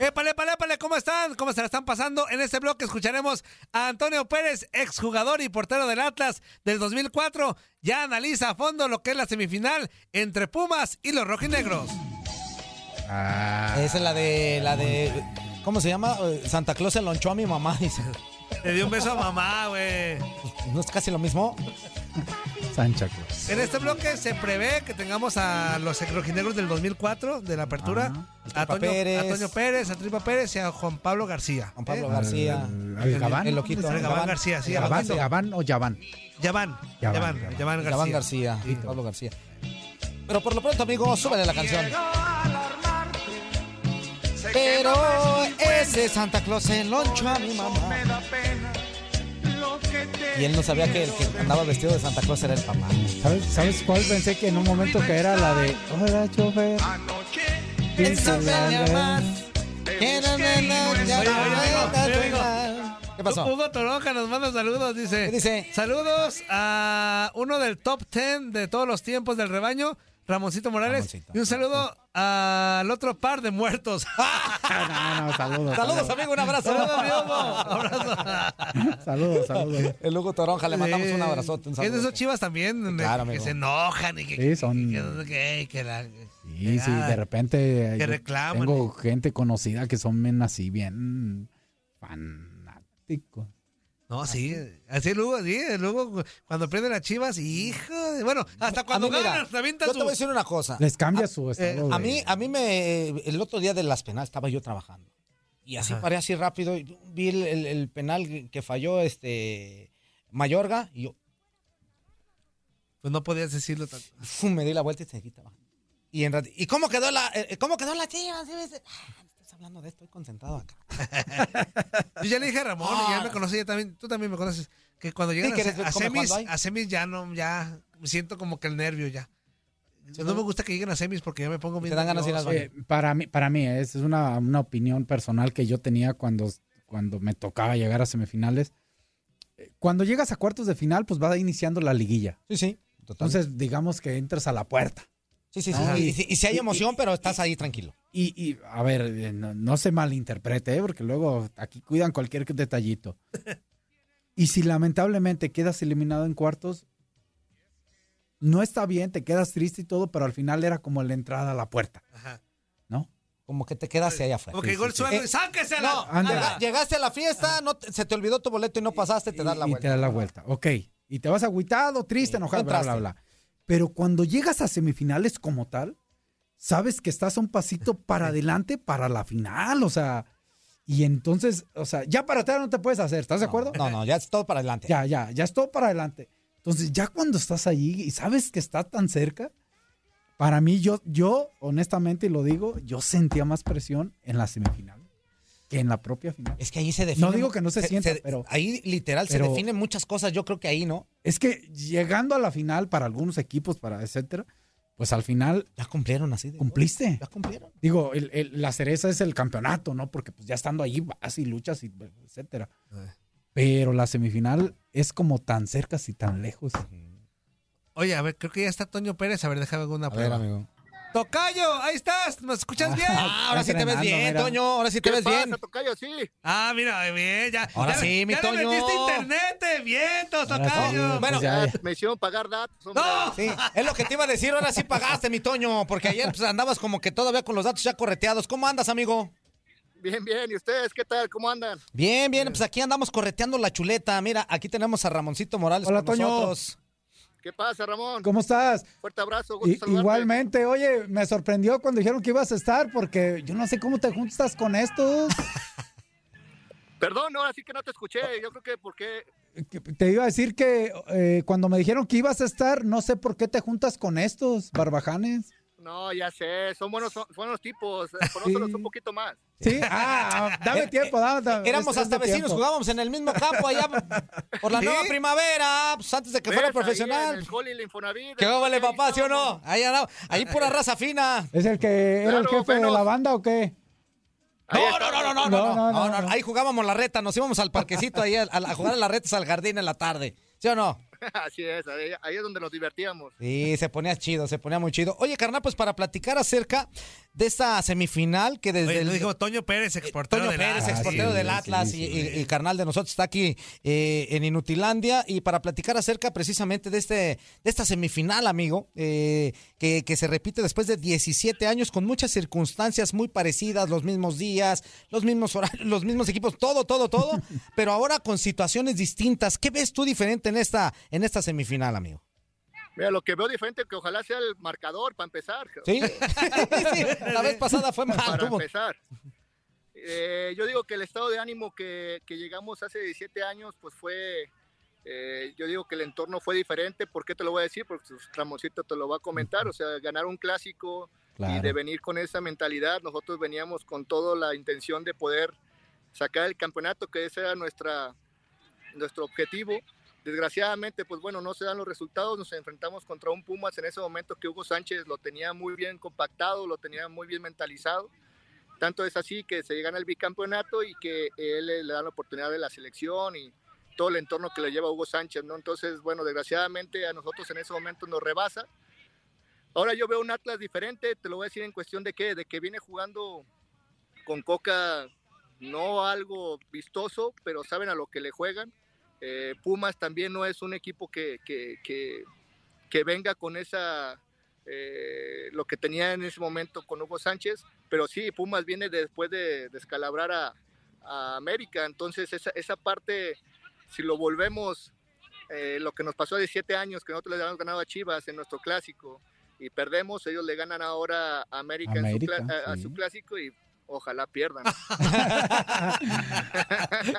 Speaker 1: Épale, épale, épale, ¿cómo están? ¿Cómo se la están pasando? En este bloque escucharemos a Antonio Pérez, exjugador y portero del Atlas del 2004. Ya analiza a fondo lo que es la semifinal entre Pumas y los rojinegros.
Speaker 2: Esa es la de, la de, ¿cómo se llama? Eh, Santa Claus se lonchó a mi mamá, dice.
Speaker 1: Le dio un beso a mamá, güey.
Speaker 2: ¿No es casi lo mismo?
Speaker 5: Sancha pues. Cruz.
Speaker 1: En este bloque se prevé que tengamos a los rojinegros del 2004, de la apertura. A
Speaker 2: Al Tripa
Speaker 1: Antonio,
Speaker 2: Pérez.
Speaker 1: a Antonio Pérez, a Tripa Pérez y a Juan Pablo García.
Speaker 2: Juan Pablo
Speaker 1: ¿eh?
Speaker 2: García.
Speaker 5: Al- al Gabán.
Speaker 2: El loquito.
Speaker 1: Al Gabán García, sí,
Speaker 2: El
Speaker 1: al
Speaker 5: ¿Gabán,
Speaker 2: loquito.
Speaker 1: Gabán.
Speaker 5: Gabán o Yaván?
Speaker 1: Ya van, ya
Speaker 5: Yaván,
Speaker 1: van, ya van
Speaker 2: El Gabán
Speaker 1: García.
Speaker 2: García. Pablo García. Pero por lo pronto, amigo, súbele la canción. Pero ese Santa Claus se lonchó a mi mamá. Y él no sabía que el que andaba vestido de Santa Claus era el papá.
Speaker 5: ¿Sabes, ¿Sabes cuál pensé que en un momento que era la de Hola, chofer?
Speaker 2: Eso me llama. ¿Qué pasó?
Speaker 1: Hugo Toroja nos manda saludos, dice.
Speaker 2: ¿Qué dice?
Speaker 1: Saludos a uno del top 10 de todos los tiempos del rebaño, Ramoncito Morales.
Speaker 2: Ramoncito.
Speaker 1: Y un saludo al otro par de muertos.
Speaker 5: No, no, saludos.
Speaker 2: Saludos, amigo, un abrazo.
Speaker 1: saludos, mi Hugo. Abrazo.
Speaker 5: Saludos, saludos.
Speaker 2: El Hugo Toronja, le mandamos un abrazote. un
Speaker 1: Que es de
Speaker 2: saludo.
Speaker 1: esos chivas también,
Speaker 2: Sí, claro,
Speaker 1: que
Speaker 2: amigo.
Speaker 1: se enojan y que.
Speaker 5: Sí, son-
Speaker 1: Que, que- que la-
Speaker 5: Sí, sí,
Speaker 1: Ah,
Speaker 5: de repente
Speaker 1: que
Speaker 5: yo
Speaker 1: reclaman.
Speaker 5: tengo gente conocida que son men así bien fanáticos.
Speaker 1: No,
Speaker 2: Ah,
Speaker 1: sí. Así el Hugo, sí. El Hugo, cuando prende las chivas, hijo. de- Bueno, hasta
Speaker 2: A
Speaker 1: cuando
Speaker 2: mí, Mm. Ah, mira,
Speaker 1: ganan, te avientan
Speaker 2: Yo te voy a
Speaker 1: sus.
Speaker 2: decir una cosa.
Speaker 5: Les cambia su estado
Speaker 2: Ah, eh, A
Speaker 5: de-
Speaker 2: mí, a mí me. El otro día de las penales estaba yo trabajando. Y así
Speaker 1: Ajá.
Speaker 2: paré así rápido. y Vi el, el- el penal que falló este Mayorga. Y yo
Speaker 1: Pues no podías decirlo tanto.
Speaker 2: ¡fum! me di la vuelta y seguí trabajando. Y en rat- ¿Y cómo quedó la, eh, cómo quedó la chiva? Así me dice, "Ah, no estás hablando de esto, estoy concentrado acá.
Speaker 1: Yo ya le dije a Ramón, y ya
Speaker 2: Ah.
Speaker 1: me conoce, ya también, tú también me conoces, que cuando llegan
Speaker 2: Sí,
Speaker 1: a
Speaker 2: que
Speaker 1: se-
Speaker 2: eres
Speaker 1: a,
Speaker 2: como
Speaker 1: semis,
Speaker 2: cuando hay.
Speaker 1: a semis ya no, ya siento como que el nervio ya.
Speaker 2: Sí,
Speaker 1: no
Speaker 2: ¿no?
Speaker 1: me gusta que lleguen a semis porque ya me pongo bien.
Speaker 2: dan ganas de ir al
Speaker 1: nervioso.
Speaker 2: baño.
Speaker 5: Eh, para mí, para mí es es una, una opinión personal que yo tenía cuando, cuando me tocaba llegar a semifinales. Eh, Cuando llegas a cuartos de final, pues va iniciando la liguilla.
Speaker 2: Sí, sí. Total.
Speaker 5: Entonces, digamos que entras a la puerta.
Speaker 2: sí, sí, sí.
Speaker 5: Ajá.
Speaker 2: Y, y- y si hay emoción, pero estás ahí tranquilo.
Speaker 5: Y, y, a ver, eh, no, no se malinterprete, ¿eh? porque luego aquí cuidan cualquier detallito. Y si lamentablemente quedas eliminado en cuartos, no está bien, te quedas triste y todo, pero al final era como la entrada a la puerta,
Speaker 1: Ajá.
Speaker 5: ¿no?
Speaker 2: Como que te quedas ahí afuera.
Speaker 1: Como que
Speaker 2: Sí,
Speaker 1: gol
Speaker 2: sí, sí.
Speaker 1: suave,
Speaker 2: Eh,
Speaker 1: ¡sáquesela!
Speaker 2: No,
Speaker 5: Ándale.
Speaker 2: llega- llegaste a la fiesta, no te- se te olvidó tu boleto y no pasaste, te das la
Speaker 5: y, y
Speaker 2: vuelta.
Speaker 5: te das la vuelta, ok. Y te vas agüitado, triste,
Speaker 2: Sí,
Speaker 5: enojado,
Speaker 2: no
Speaker 5: bla, bla,
Speaker 2: entraste.
Speaker 5: bla. Pero cuando llegas a semifinales como tal, sabes que estás a un pasito para adelante para la final, o sea... Y entonces, o sea, ya para atrás no te puedes hacer, ¿estás de
Speaker 2: No,
Speaker 5: acuerdo?
Speaker 2: No, no, ya es todo para adelante.
Speaker 5: Ya, ya, ya es todo para adelante. Entonces, ya cuando estás allí y sabes que está tan cerca, para mí, yo, yo honestamente y lo digo, yo sentía más presión en la semifinal que en la propia final.
Speaker 2: Es que ahí se define.
Speaker 5: No digo que no se sienta, pero-
Speaker 2: Ahí literal se
Speaker 5: pero-
Speaker 2: definen muchas cosas. Yo creo que ahí, ¿no?
Speaker 5: Es que llegando a la final para algunos equipos, para etcétera, pues al final
Speaker 2: Ya cumplieron así. de-
Speaker 5: cumpliste.
Speaker 2: Ya cumplieron.
Speaker 5: Digo, el- el- la cereza es el campeonato, ¿no? Porque pues ya estando ahí vas y luchas, y etcétera. Pero la semifinal es como tan cerca y tan lejos.
Speaker 1: Oye, a ver, creo que ya está Toño Pérez. A ver, déjame alguna
Speaker 2: A ver,
Speaker 1: prueba.
Speaker 2: amigo.
Speaker 1: ¡Tocayo! ¡Ahí estás! ¿Nos escuchas bien?
Speaker 2: Ah, ahora sí te ves
Speaker 5: entrenando,
Speaker 2: bien,
Speaker 5: mira.
Speaker 2: Toño. Ahora sí te ves bien.
Speaker 1: Ah, mira, bien, ya.
Speaker 2: Ahora
Speaker 1: ya-
Speaker 2: sí, mi
Speaker 1: ya le
Speaker 2: Toño.
Speaker 1: metiste internet, eh, vientos,
Speaker 5: Ahora sí,
Speaker 1: tocayo!
Speaker 2: Bueno,
Speaker 5: pues ya, ya.
Speaker 9: ah, Me hicieron pagar datos, hombre.
Speaker 1: ¡No!
Speaker 2: Sí, es lo que te iba a decir. Ahora sí pagaste, mi Toño, porque ayer pues, andabas como que todavía con los datos ya correteados. ¿Cómo andas, amigo?
Speaker 9: Bien, bien. ¿Y ustedes qué tal? ¿Cómo andan?
Speaker 2: Bien, bien, pues aquí andamos correteando la chuleta. Mira, aquí tenemos a Ramoncito Morales
Speaker 5: Hola,
Speaker 2: con
Speaker 5: Toño.
Speaker 2: nosotros.
Speaker 9: ¿Qué pasa, Ramón?
Speaker 5: ¿Cómo estás?
Speaker 9: Fuerte abrazo. Gusto
Speaker 5: I-
Speaker 9: saludarte.
Speaker 5: igualmente, oye, me sorprendió cuando dijeron que ibas a estar porque yo no sé cómo te juntas con estos.
Speaker 9: Perdón, no, así que no te escuché. Yo creo que porque
Speaker 5: Que- Te iba a decir que eh, cuando me dijeron que ibas a estar, no sé por qué te juntas con estos barbajanes.
Speaker 9: No, ya sé, son buenos, son buenos tipos, eh, conócelos un poquito más.
Speaker 5: Sí, ah, ah, dame
Speaker 2: Eh,
Speaker 5: tiempo, dame, dame-
Speaker 2: Éramos
Speaker 5: dame
Speaker 2: hasta vecinos,
Speaker 5: tiempo.
Speaker 2: jugábamos en el mismo campo allá por la nueva primavera, pues antes de que fuera
Speaker 9: ¿Ves? Ahí en
Speaker 2: profesional.
Speaker 9: el Coli, el Infonavit,
Speaker 2: ¿Qué
Speaker 9: eh,
Speaker 2: vale,
Speaker 9: ahí
Speaker 2: papá, sí o no?
Speaker 9: estábamos.
Speaker 2: Ahí andaba, ahí pura raza fina.
Speaker 5: ¿Es el que era el
Speaker 9: Claro,
Speaker 5: jefe de
Speaker 9: bueno.
Speaker 5: la banda o qué?
Speaker 9: Ahí
Speaker 2: No, no, no, no, no, no, no,
Speaker 5: No,
Speaker 2: no,
Speaker 5: no, no,
Speaker 2: no.
Speaker 5: no.
Speaker 2: Ahí jugábamos la reta, nos íbamos al parquecito ahí a, a jugar a las retas al jardín en la tarde. ¿Sí o no?
Speaker 9: Así es, ahí, ahí es donde nos divertíamos.
Speaker 2: Sí, se ponía chido, se ponía muy chido. Oye, carnal, pues para platicar acerca de esta semifinal que desde
Speaker 1: Oye,
Speaker 2: el
Speaker 1: lo dijo Toño Pérez, exportero
Speaker 2: Antonio
Speaker 1: del
Speaker 2: Pérez,
Speaker 1: Atlas.
Speaker 2: exportero
Speaker 5: sí,
Speaker 2: del
Speaker 5: sí,
Speaker 2: Atlas
Speaker 5: sí,
Speaker 2: y,
Speaker 5: sí.
Speaker 2: y- y carnal de nosotros, está aquí eh, en Inutilandia. Y para platicar acerca precisamente de, este, de esta semifinal, amigo, eh, que, que se repite después de 17 años con muchas circunstancias muy parecidas, los mismos días, los mismos horarios, los mismos equipos, todo, todo, todo, pero ahora con situaciones distintas. ¿Qué ves tú diferente en esta, en esta semifinal, amigo?
Speaker 9: Mira, lo que veo diferente que ojalá sea el marcador para empezar.
Speaker 2: Sí, Sí, la vez pasada fue mal.
Speaker 9: Para
Speaker 2: tuvo-
Speaker 9: empezar. Eh, yo digo que el estado de ánimo que, que llegamos hace 17 años, pues fue, eh, yo digo que el entorno fue diferente. ¿Por qué te lo voy a decir? Porque pues, Ramoncito te lo va a comentar. O sea, ganar un clásico y de venir con esa mentalidad, nosotros veníamos con toda la intención de poder sacar el campeonato, que ese era nuestra, nuestro objetivo. Desgraciadamente, pues bueno, no se dan los resultados, nos enfrentamos contra un Pumas en ese momento que Hugo Sánchez lo tenía muy bien compactado, lo tenía muy bien mentalizado. Tanto es así que se gana el bicampeonato y que él le le dan la oportunidad de la selección y todo el entorno que le lleva Hugo Sánchez, ¿no? Entonces, bueno, desgraciadamente a nosotros en ese momento nos rebasa. Ahora yo veo un Atlas diferente, te lo voy a decir en cuestión de que, de que viene jugando con Coca, no algo vistoso, pero saben a lo que le juegan. Eh, Pumas también no es un equipo que, que, que- que venga con esa, eh, lo que tenía en ese momento con Hugo Sánchez, pero sí, Pumas viene después de descalabrar a, a América, entonces esa, esa parte, si lo volvemos, eh, lo que nos pasó a 17 años, que nosotros le habíamos ganado a Chivas en nuestro clásico y perdemos, ellos le ganan ahora a América, en su
Speaker 5: América,
Speaker 9: cla- a- a
Speaker 5: sí.
Speaker 9: su clásico y ojalá pierdan.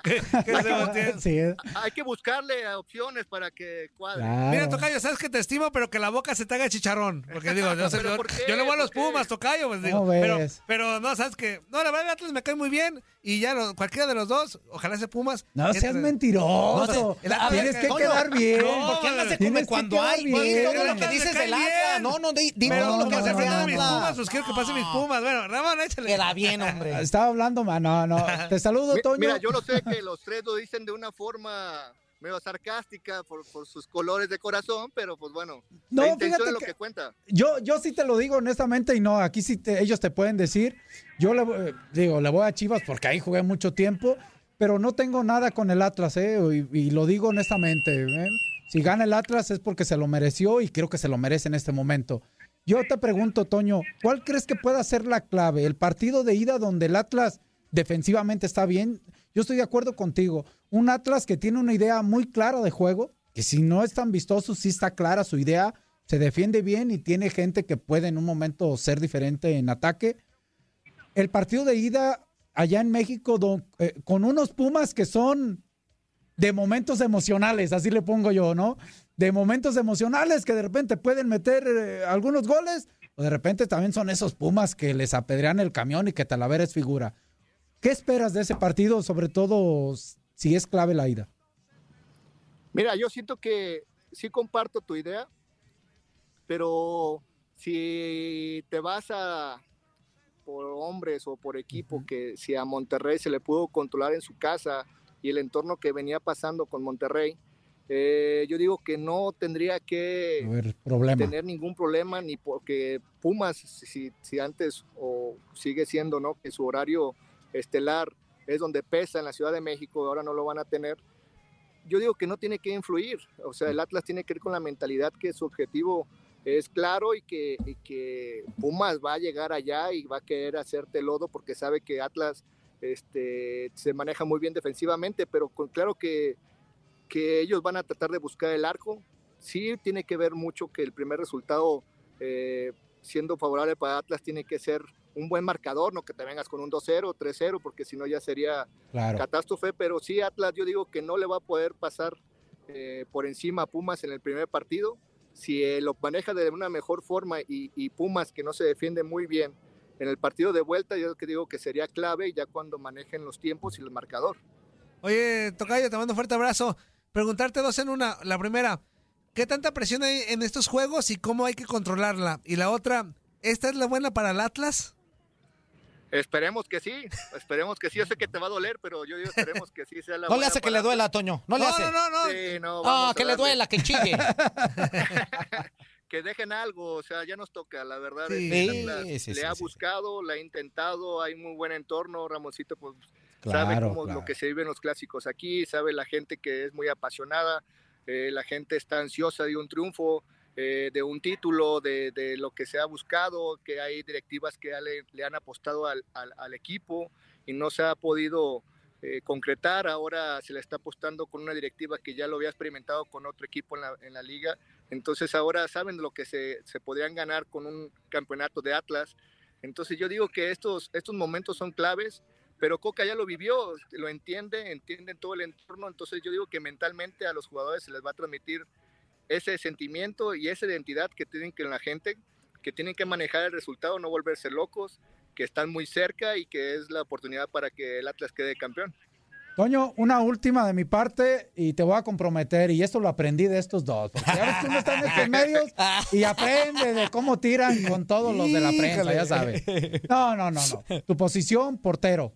Speaker 1: Que se volteó.
Speaker 5: Sí,
Speaker 9: Hay que buscarle a opciones para que cuadre.
Speaker 5: claro.
Speaker 1: Mira, Tocayo, sabes que te estimo, pero que la boca se te haga chicharrón. Porque digo, yo, sé-
Speaker 9: ¿Pero
Speaker 1: yo-
Speaker 9: por qué?
Speaker 1: yo le voy a los
Speaker 9: ¿Por qué?
Speaker 1: Pumas, Tocayo, pues digo.
Speaker 5: ¿Cómo
Speaker 1: Pero,
Speaker 5: ves?
Speaker 1: pero no, sabes que. No, la verdad, el Atlas me cae muy bien. Y ya lo- cualquiera de los dos, ojalá sea Pumas.
Speaker 5: No seas
Speaker 1: entre-
Speaker 5: mentiroso. Ah,
Speaker 1: No, la-
Speaker 5: Tienes
Speaker 1: la-
Speaker 5: que
Speaker 1: Toño,
Speaker 5: quedar bien.
Speaker 1: no,
Speaker 2: ¿Por qué andas de
Speaker 5: Tienes
Speaker 2: come
Speaker 5: que
Speaker 2: cuando
Speaker 5: quedar
Speaker 2: hay?
Speaker 1: Pues,
Speaker 5: bien.
Speaker 2: Di todo lo que
Speaker 1: Atlas me
Speaker 2: dices
Speaker 1: cae
Speaker 2: del Atlas.
Speaker 1: bien.
Speaker 2: No, no, di, di
Speaker 1: Pero
Speaker 2: todo
Speaker 1: no,
Speaker 2: lo que
Speaker 1: no,
Speaker 2: hace
Speaker 1: se
Speaker 2: del
Speaker 1: enfrentan a mis
Speaker 2: Atlas.
Speaker 1: Pumas, pues quiero que pasen mis Pumas. Bueno, Ramón, échale.
Speaker 2: Queda bien, hombre.
Speaker 5: Estaba hablando, ma- no, no. Te saludo,
Speaker 9: Mi-
Speaker 5: Toño.
Speaker 9: Mira, yo lo sé que los tres lo dicen de una forma medio sarcástica por, por sus colores de corazón, pero pues bueno,
Speaker 5: No,
Speaker 9: la intención
Speaker 5: fíjate
Speaker 9: es lo
Speaker 5: que-
Speaker 9: que, cuenta.
Speaker 5: Yo, yo sí te lo digo honestamente y no, aquí sí te- ellos te pueden decir, yo le, voy- digo, le voy a Chivas porque ahí jugué mucho tiempo, pero no tengo nada con el Atlas, ¿eh? Y, y lo digo honestamente, ¿eh? si gana el Atlas es porque se lo mereció y creo que se lo merece en este momento. Yo te pregunto, Toño, ¿cuál crees que pueda ser la clave? El partido de ida donde el Atlas defensivamente está bien, yo estoy de acuerdo contigo. Un Atlas que tiene una idea muy clara de juego, que si no es tan vistoso, sí está clara su idea, se defiende bien y tiene gente que puede en un momento ser diferente en ataque. El partido de ida allá en México don- eh, con unos Pumas que son de momentos emocionales, así le pongo yo, ¿no? De momentos emocionales que de repente pueden meter eh, algunos goles o de repente también son esos Pumas que les apedrean el camión y que Talavera es figura. ¿Qué esperas de ese partido, sobre todo s- si es clave la ida?
Speaker 9: Mira, yo siento que sí comparto tu idea, pero si te vas a por hombres o por equipo, que si a Monterrey se le pudo controlar en su casa y el entorno que venía pasando con Monterrey, eh, yo digo que no tendría que...
Speaker 5: A ver, problema.
Speaker 9: tener ningún problema ni porque Pumas si, si antes o sigue siendo no que su horario estelar es donde pesa en la Ciudad de México ahora no lo van a tener
Speaker 2: yo digo que no tiene que influir. O sea, el Atlas tiene que ir con la mentalidad que su objetivo es claro y que, y que Pumas va a llegar allá y va a querer hacerte lodo porque sabe que Atlas este, se maneja muy bien defensivamente, pero con, claro que, que ellos van a tratar de buscar el arco. Sí tiene que ver mucho que el primer resultado eh, siendo favorable para Atlas tiene que ser un buen marcador, no que te vengas con un 2-0, 3-0, porque si no ya sería
Speaker 5: Claro.
Speaker 2: catástrofe, pero sí Atlas yo digo que no le va a poder pasar eh, por encima a Pumas en el primer partido. Si eh, lo maneja de una mejor forma y, y Pumas que no se defiende muy bien en el partido de vuelta, yo que digo que sería clave ya cuando manejen los tiempos y el marcador.
Speaker 1: Oye, Tocayo, te mando un fuerte abrazo. Preguntarte dos en una. La primera, ¿qué tanta presión hay en estos juegos y cómo hay que controlarla? Y la otra, ¿esta es la buena para el Atlas?
Speaker 2: Esperemos que sí, esperemos que sí. Yo sé que te va a doler, pero yo digo esperemos que sí sea la
Speaker 10: No le
Speaker 2: buena
Speaker 10: hace que
Speaker 2: para-
Speaker 10: le duela, Toño. No le hace.
Speaker 1: no, no, no.
Speaker 2: Sí, no, vamos
Speaker 10: Ah,
Speaker 2: a
Speaker 10: que le
Speaker 2: darle.
Speaker 10: duela, que chingue.
Speaker 2: que dejen algo, o sea, ya nos toca, la verdad.
Speaker 1: Sí.
Speaker 2: el Atlas
Speaker 10: Sí, sí,
Speaker 2: le
Speaker 10: sí,
Speaker 2: ha
Speaker 10: sí, sí.
Speaker 2: buscado, la ha intentado, hay muy buen entorno, Ramoncito, pues sabe
Speaker 5: Claro,
Speaker 2: cómo
Speaker 5: claro.
Speaker 2: lo que se vive en los clásicos aquí, sabe la gente que es muy apasionada, eh, la gente está ansiosa de un triunfo, eh, de un título, de, de lo que se ha buscado, que hay directivas que ya le, le han apostado al, al- al equipo y no se ha podido eh, concretar, ahora se le está apostando con una directiva que ya lo había experimentado con otro equipo en la, en la liga, entonces ahora saben lo que se, se podrían ganar con un campeonato de Atlas. Entonces yo digo que estos, estos momentos son claves, pero Coca ya lo vivió, lo entiende, entiende todo el entorno, entonces yo digo que mentalmente a los jugadores se les va a transmitir ese sentimiento y esa identidad que tienen que la gente, que tienen que manejar el resultado, no volverse locos, que están muy cerca y que es la oportunidad para que el Atlas quede campeón.
Speaker 5: Toño, una última de mi parte y te voy a comprometer, y esto lo aprendí de estos dos, porque ya ves que uno está en este estos medios y aprende de cómo tiran con todos los de la prensa,
Speaker 10: Híjole.
Speaker 5: ya sabes. No, no, no, no. Tu posición, portero.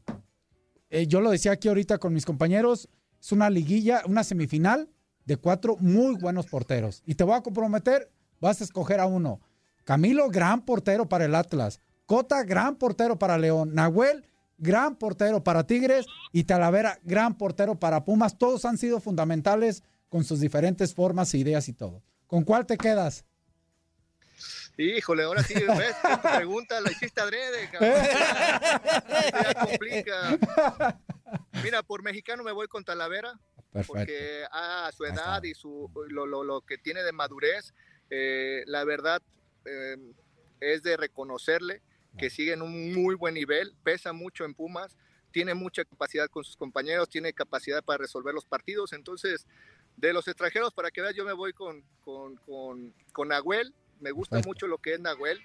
Speaker 5: Eh, yo lo decía aquí ahorita con mis compañeros, es una liguilla, una semifinal de cuatro muy buenos porteros. Y te voy a comprometer, vas a escoger a uno. Camilo, gran portero para el Atlas. Cota, gran portero para León. Nahuel, gran portero para Tigres. Y Talavera, gran portero para Pumas. Todos han sido fundamentales con sus diferentes formas, ideas y todo. ¿Con cuál te quedas?
Speaker 2: Híjole, ahora sí, ves, Con tu pregunta la hiciste adrede, cabrón. Ya complica. Mira, por mexicano me voy con Talavera, porque a su edad y su, lo, lo- lo que tiene de madurez, eh, la verdad eh, es de reconocerle que sigue en un muy buen nivel, pesa mucho en Pumas, tiene mucha capacidad con sus compañeros, tiene capacidad para resolver los partidos. Entonces, de los extranjeros, para que veas, yo me voy con, con, con, con Nahuel, me gusta
Speaker 5: Perfecto.
Speaker 2: mucho lo que es Nahuel,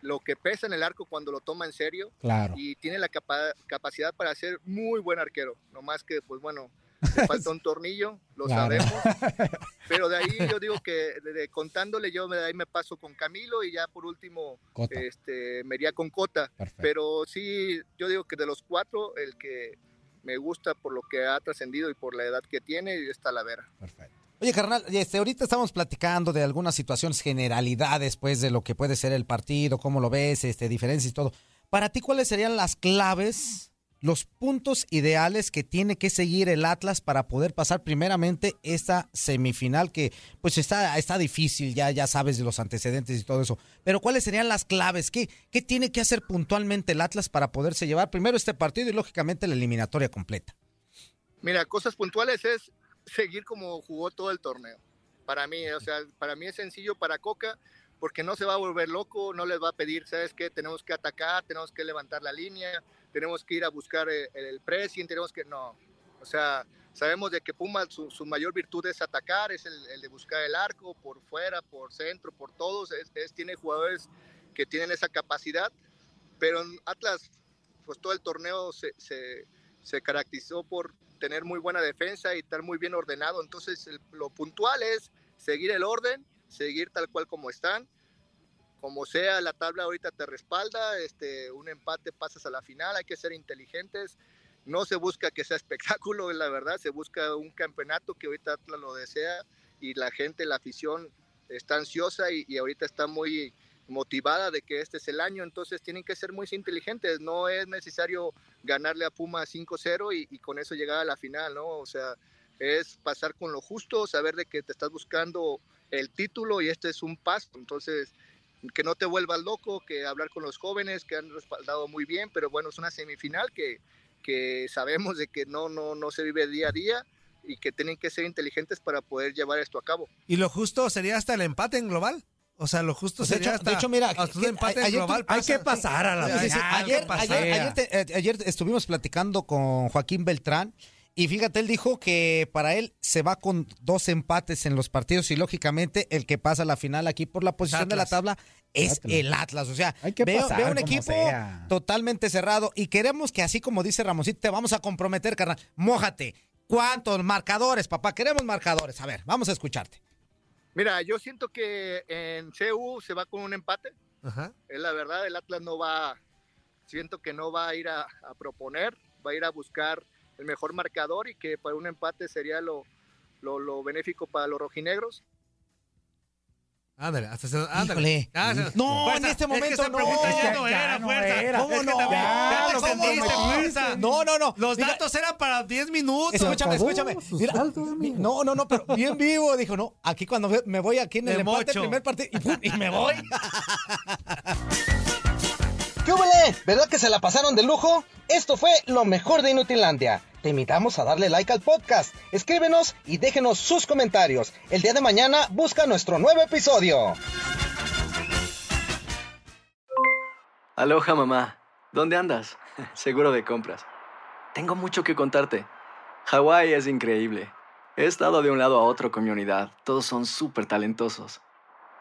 Speaker 2: lo que pesa en el arco cuando lo toma en serio
Speaker 5: Claro.
Speaker 2: y tiene la capa- capacidad para ser muy buen arquero. No más que, pues bueno, le falta un tornillo, lo
Speaker 5: Claro.
Speaker 2: sabemos. Pero de ahí yo digo que de- de- contándole, yo de ahí me paso con Camilo y ya por último
Speaker 5: Cota.
Speaker 2: este, me iría con Cota.
Speaker 5: Perfecto.
Speaker 2: Pero sí, yo digo que de los cuatro, el que me gusta por lo que ha trascendido y por la edad que tiene es Talavera.
Speaker 5: perfecto.
Speaker 10: Oye, carnal, y este, ahorita estamos platicando de algunas situaciones, generalidades, pues, de lo que puede ser el partido, cómo lo ves, este, diferencias y todo. Para ti, ¿cuáles serían las claves, los puntos ideales que tiene que seguir el Atlas para poder pasar primeramente esta semifinal que, pues, está, está difícil, ya, ya sabes de los antecedentes y todo eso. Pero ¿cuáles serían las claves? ¿Qué, ¿Qué tiene que hacer puntualmente el Atlas para poderse llevar primero este partido y, lógicamente, la eliminatoria completa?
Speaker 2: Mira, cosas puntuales es seguir como jugó todo el torneo. Para mí, o sea, para mí es sencillo para Coca porque no se va a volver loco, no les va a pedir, ¿sabes qué? Tenemos que atacar, tenemos que levantar la línea, tenemos que ir a buscar eh, el, el pressing, tenemos que... No, o sea, sabemos de que Puma su, su mayor virtud es atacar, es el, el de buscar el arco por fuera, por centro, por todos, es- es- tiene jugadores que tienen esa capacidad, pero en Atlas, pues todo el torneo se, se- se caracterizó por tener muy buena defensa y estar muy bien ordenado. Entonces, el- lo puntual es seguir el orden, seguir tal cual como están. Como sea, la tabla ahorita te respalda, este, un empate pasas a la final, hay que ser inteligentes. No se busca que sea espectáculo, la verdad, se busca un campeonato que ahorita Atlas lo desea y la gente, la afición está ansiosa y, y ahorita está muy motivada de que este es el año, entonces tienen que ser muy inteligentes, no es necesario ganarle a Puma 5-0 y, y con eso llegar a la final, ¿no? O sea, es pasar con lo justo, saber de que te estás buscando el título y este es un paso. Entonces, que no te vuelvas loco, que hablar con los jóvenes que han respaldado muy bien, pero bueno, es una semifinal que, que sabemos de que no, no, no se vive día a día y que tienen que ser inteligentes para poder llevar esto a cabo.
Speaker 7: ¿Y lo justo sería hasta el empate en global? O sea, lo justo
Speaker 1: Pues de
Speaker 7: sería
Speaker 1: hecho-
Speaker 7: hasta,
Speaker 1: de hecho, mira,
Speaker 7: hasta un
Speaker 1: que-
Speaker 7: empate
Speaker 1: a- ayer
Speaker 7: en global.
Speaker 1: tú- hay que
Speaker 7: pasar a
Speaker 1: Sí, sí, Ayer, ayer- ayer te- eh, ayer estuvimos platicando con Joaquín Beltrán y fíjate, él dijo que para él se va con dos empates en los partidos y lógicamente el que pasa a la final aquí por la posición de la
Speaker 7: Atlas.
Speaker 1: tabla es
Speaker 10: Atlas.
Speaker 1: el Atlas. O sea,
Speaker 10: Hay que
Speaker 1: veo,
Speaker 10: pasar
Speaker 1: veo un
Speaker 10: como
Speaker 1: equipo
Speaker 10: sea.
Speaker 1: totalmente cerrado y queremos que así como dice Ramoncito, te vamos a comprometer, carnal. Mójate. ¿Cuántos marcadores, papá? Queremos marcadores. A ver, vamos a escucharte.
Speaker 2: Mira, yo siento que en CU se va con un empate. Es la verdad, el Atlas no va, siento que no va a ir a, a proponer, va a ir a buscar el mejor marcador y que para un empate sería lo, lo, lo benéfico para los rojinegros.
Speaker 7: Ándale, hasta se ándale.
Speaker 1: Híjole.
Speaker 7: Ah, se-
Speaker 1: No,
Speaker 7: fuerza.
Speaker 1: en este
Speaker 7: Es que
Speaker 1: momento
Speaker 7: esa
Speaker 1: no.
Speaker 7: pregunta ya no
Speaker 10: Ya
Speaker 7: era,
Speaker 10: no
Speaker 7: fuerza.
Speaker 10: era.
Speaker 7: Es
Speaker 1: ¿Cómo
Speaker 7: que
Speaker 1: no?
Speaker 7: también-
Speaker 1: Ya
Speaker 7: ya te
Speaker 1: lo
Speaker 7: extendiste,
Speaker 1: comprometiste.
Speaker 7: fuerza.
Speaker 1: No, no, no.
Speaker 7: Los
Speaker 1: Mira,
Speaker 7: datos eran para 10 minutos.
Speaker 1: Escúchame,
Speaker 10: acabó
Speaker 1: escúchame.
Speaker 10: sus
Speaker 1: Mira,
Speaker 10: saltos,
Speaker 1: mi-
Speaker 10: amigo.
Speaker 1: no, no, no, pero bien vivo. Dijo, no, aquí cuando ve- me voy aquí en el
Speaker 7: Me
Speaker 1: empate,
Speaker 7: mocho.
Speaker 1: primer partido, y, pum, y me voy.
Speaker 11: ¿Qué huele? ¿Verdad que se la pasaron de lujo? Esto fue lo mejor de Inutilandia. Te invitamos a darle like al podcast. Escríbenos y déjenos sus comentarios. El día de mañana busca nuestro nuevo episodio.
Speaker 5: Aloha mamá, ¿dónde andas? Seguro de compras. Tengo mucho que contarte. Hawái es increíble. He estado de un lado a otro con mi unidad. Todos son súper talentosos.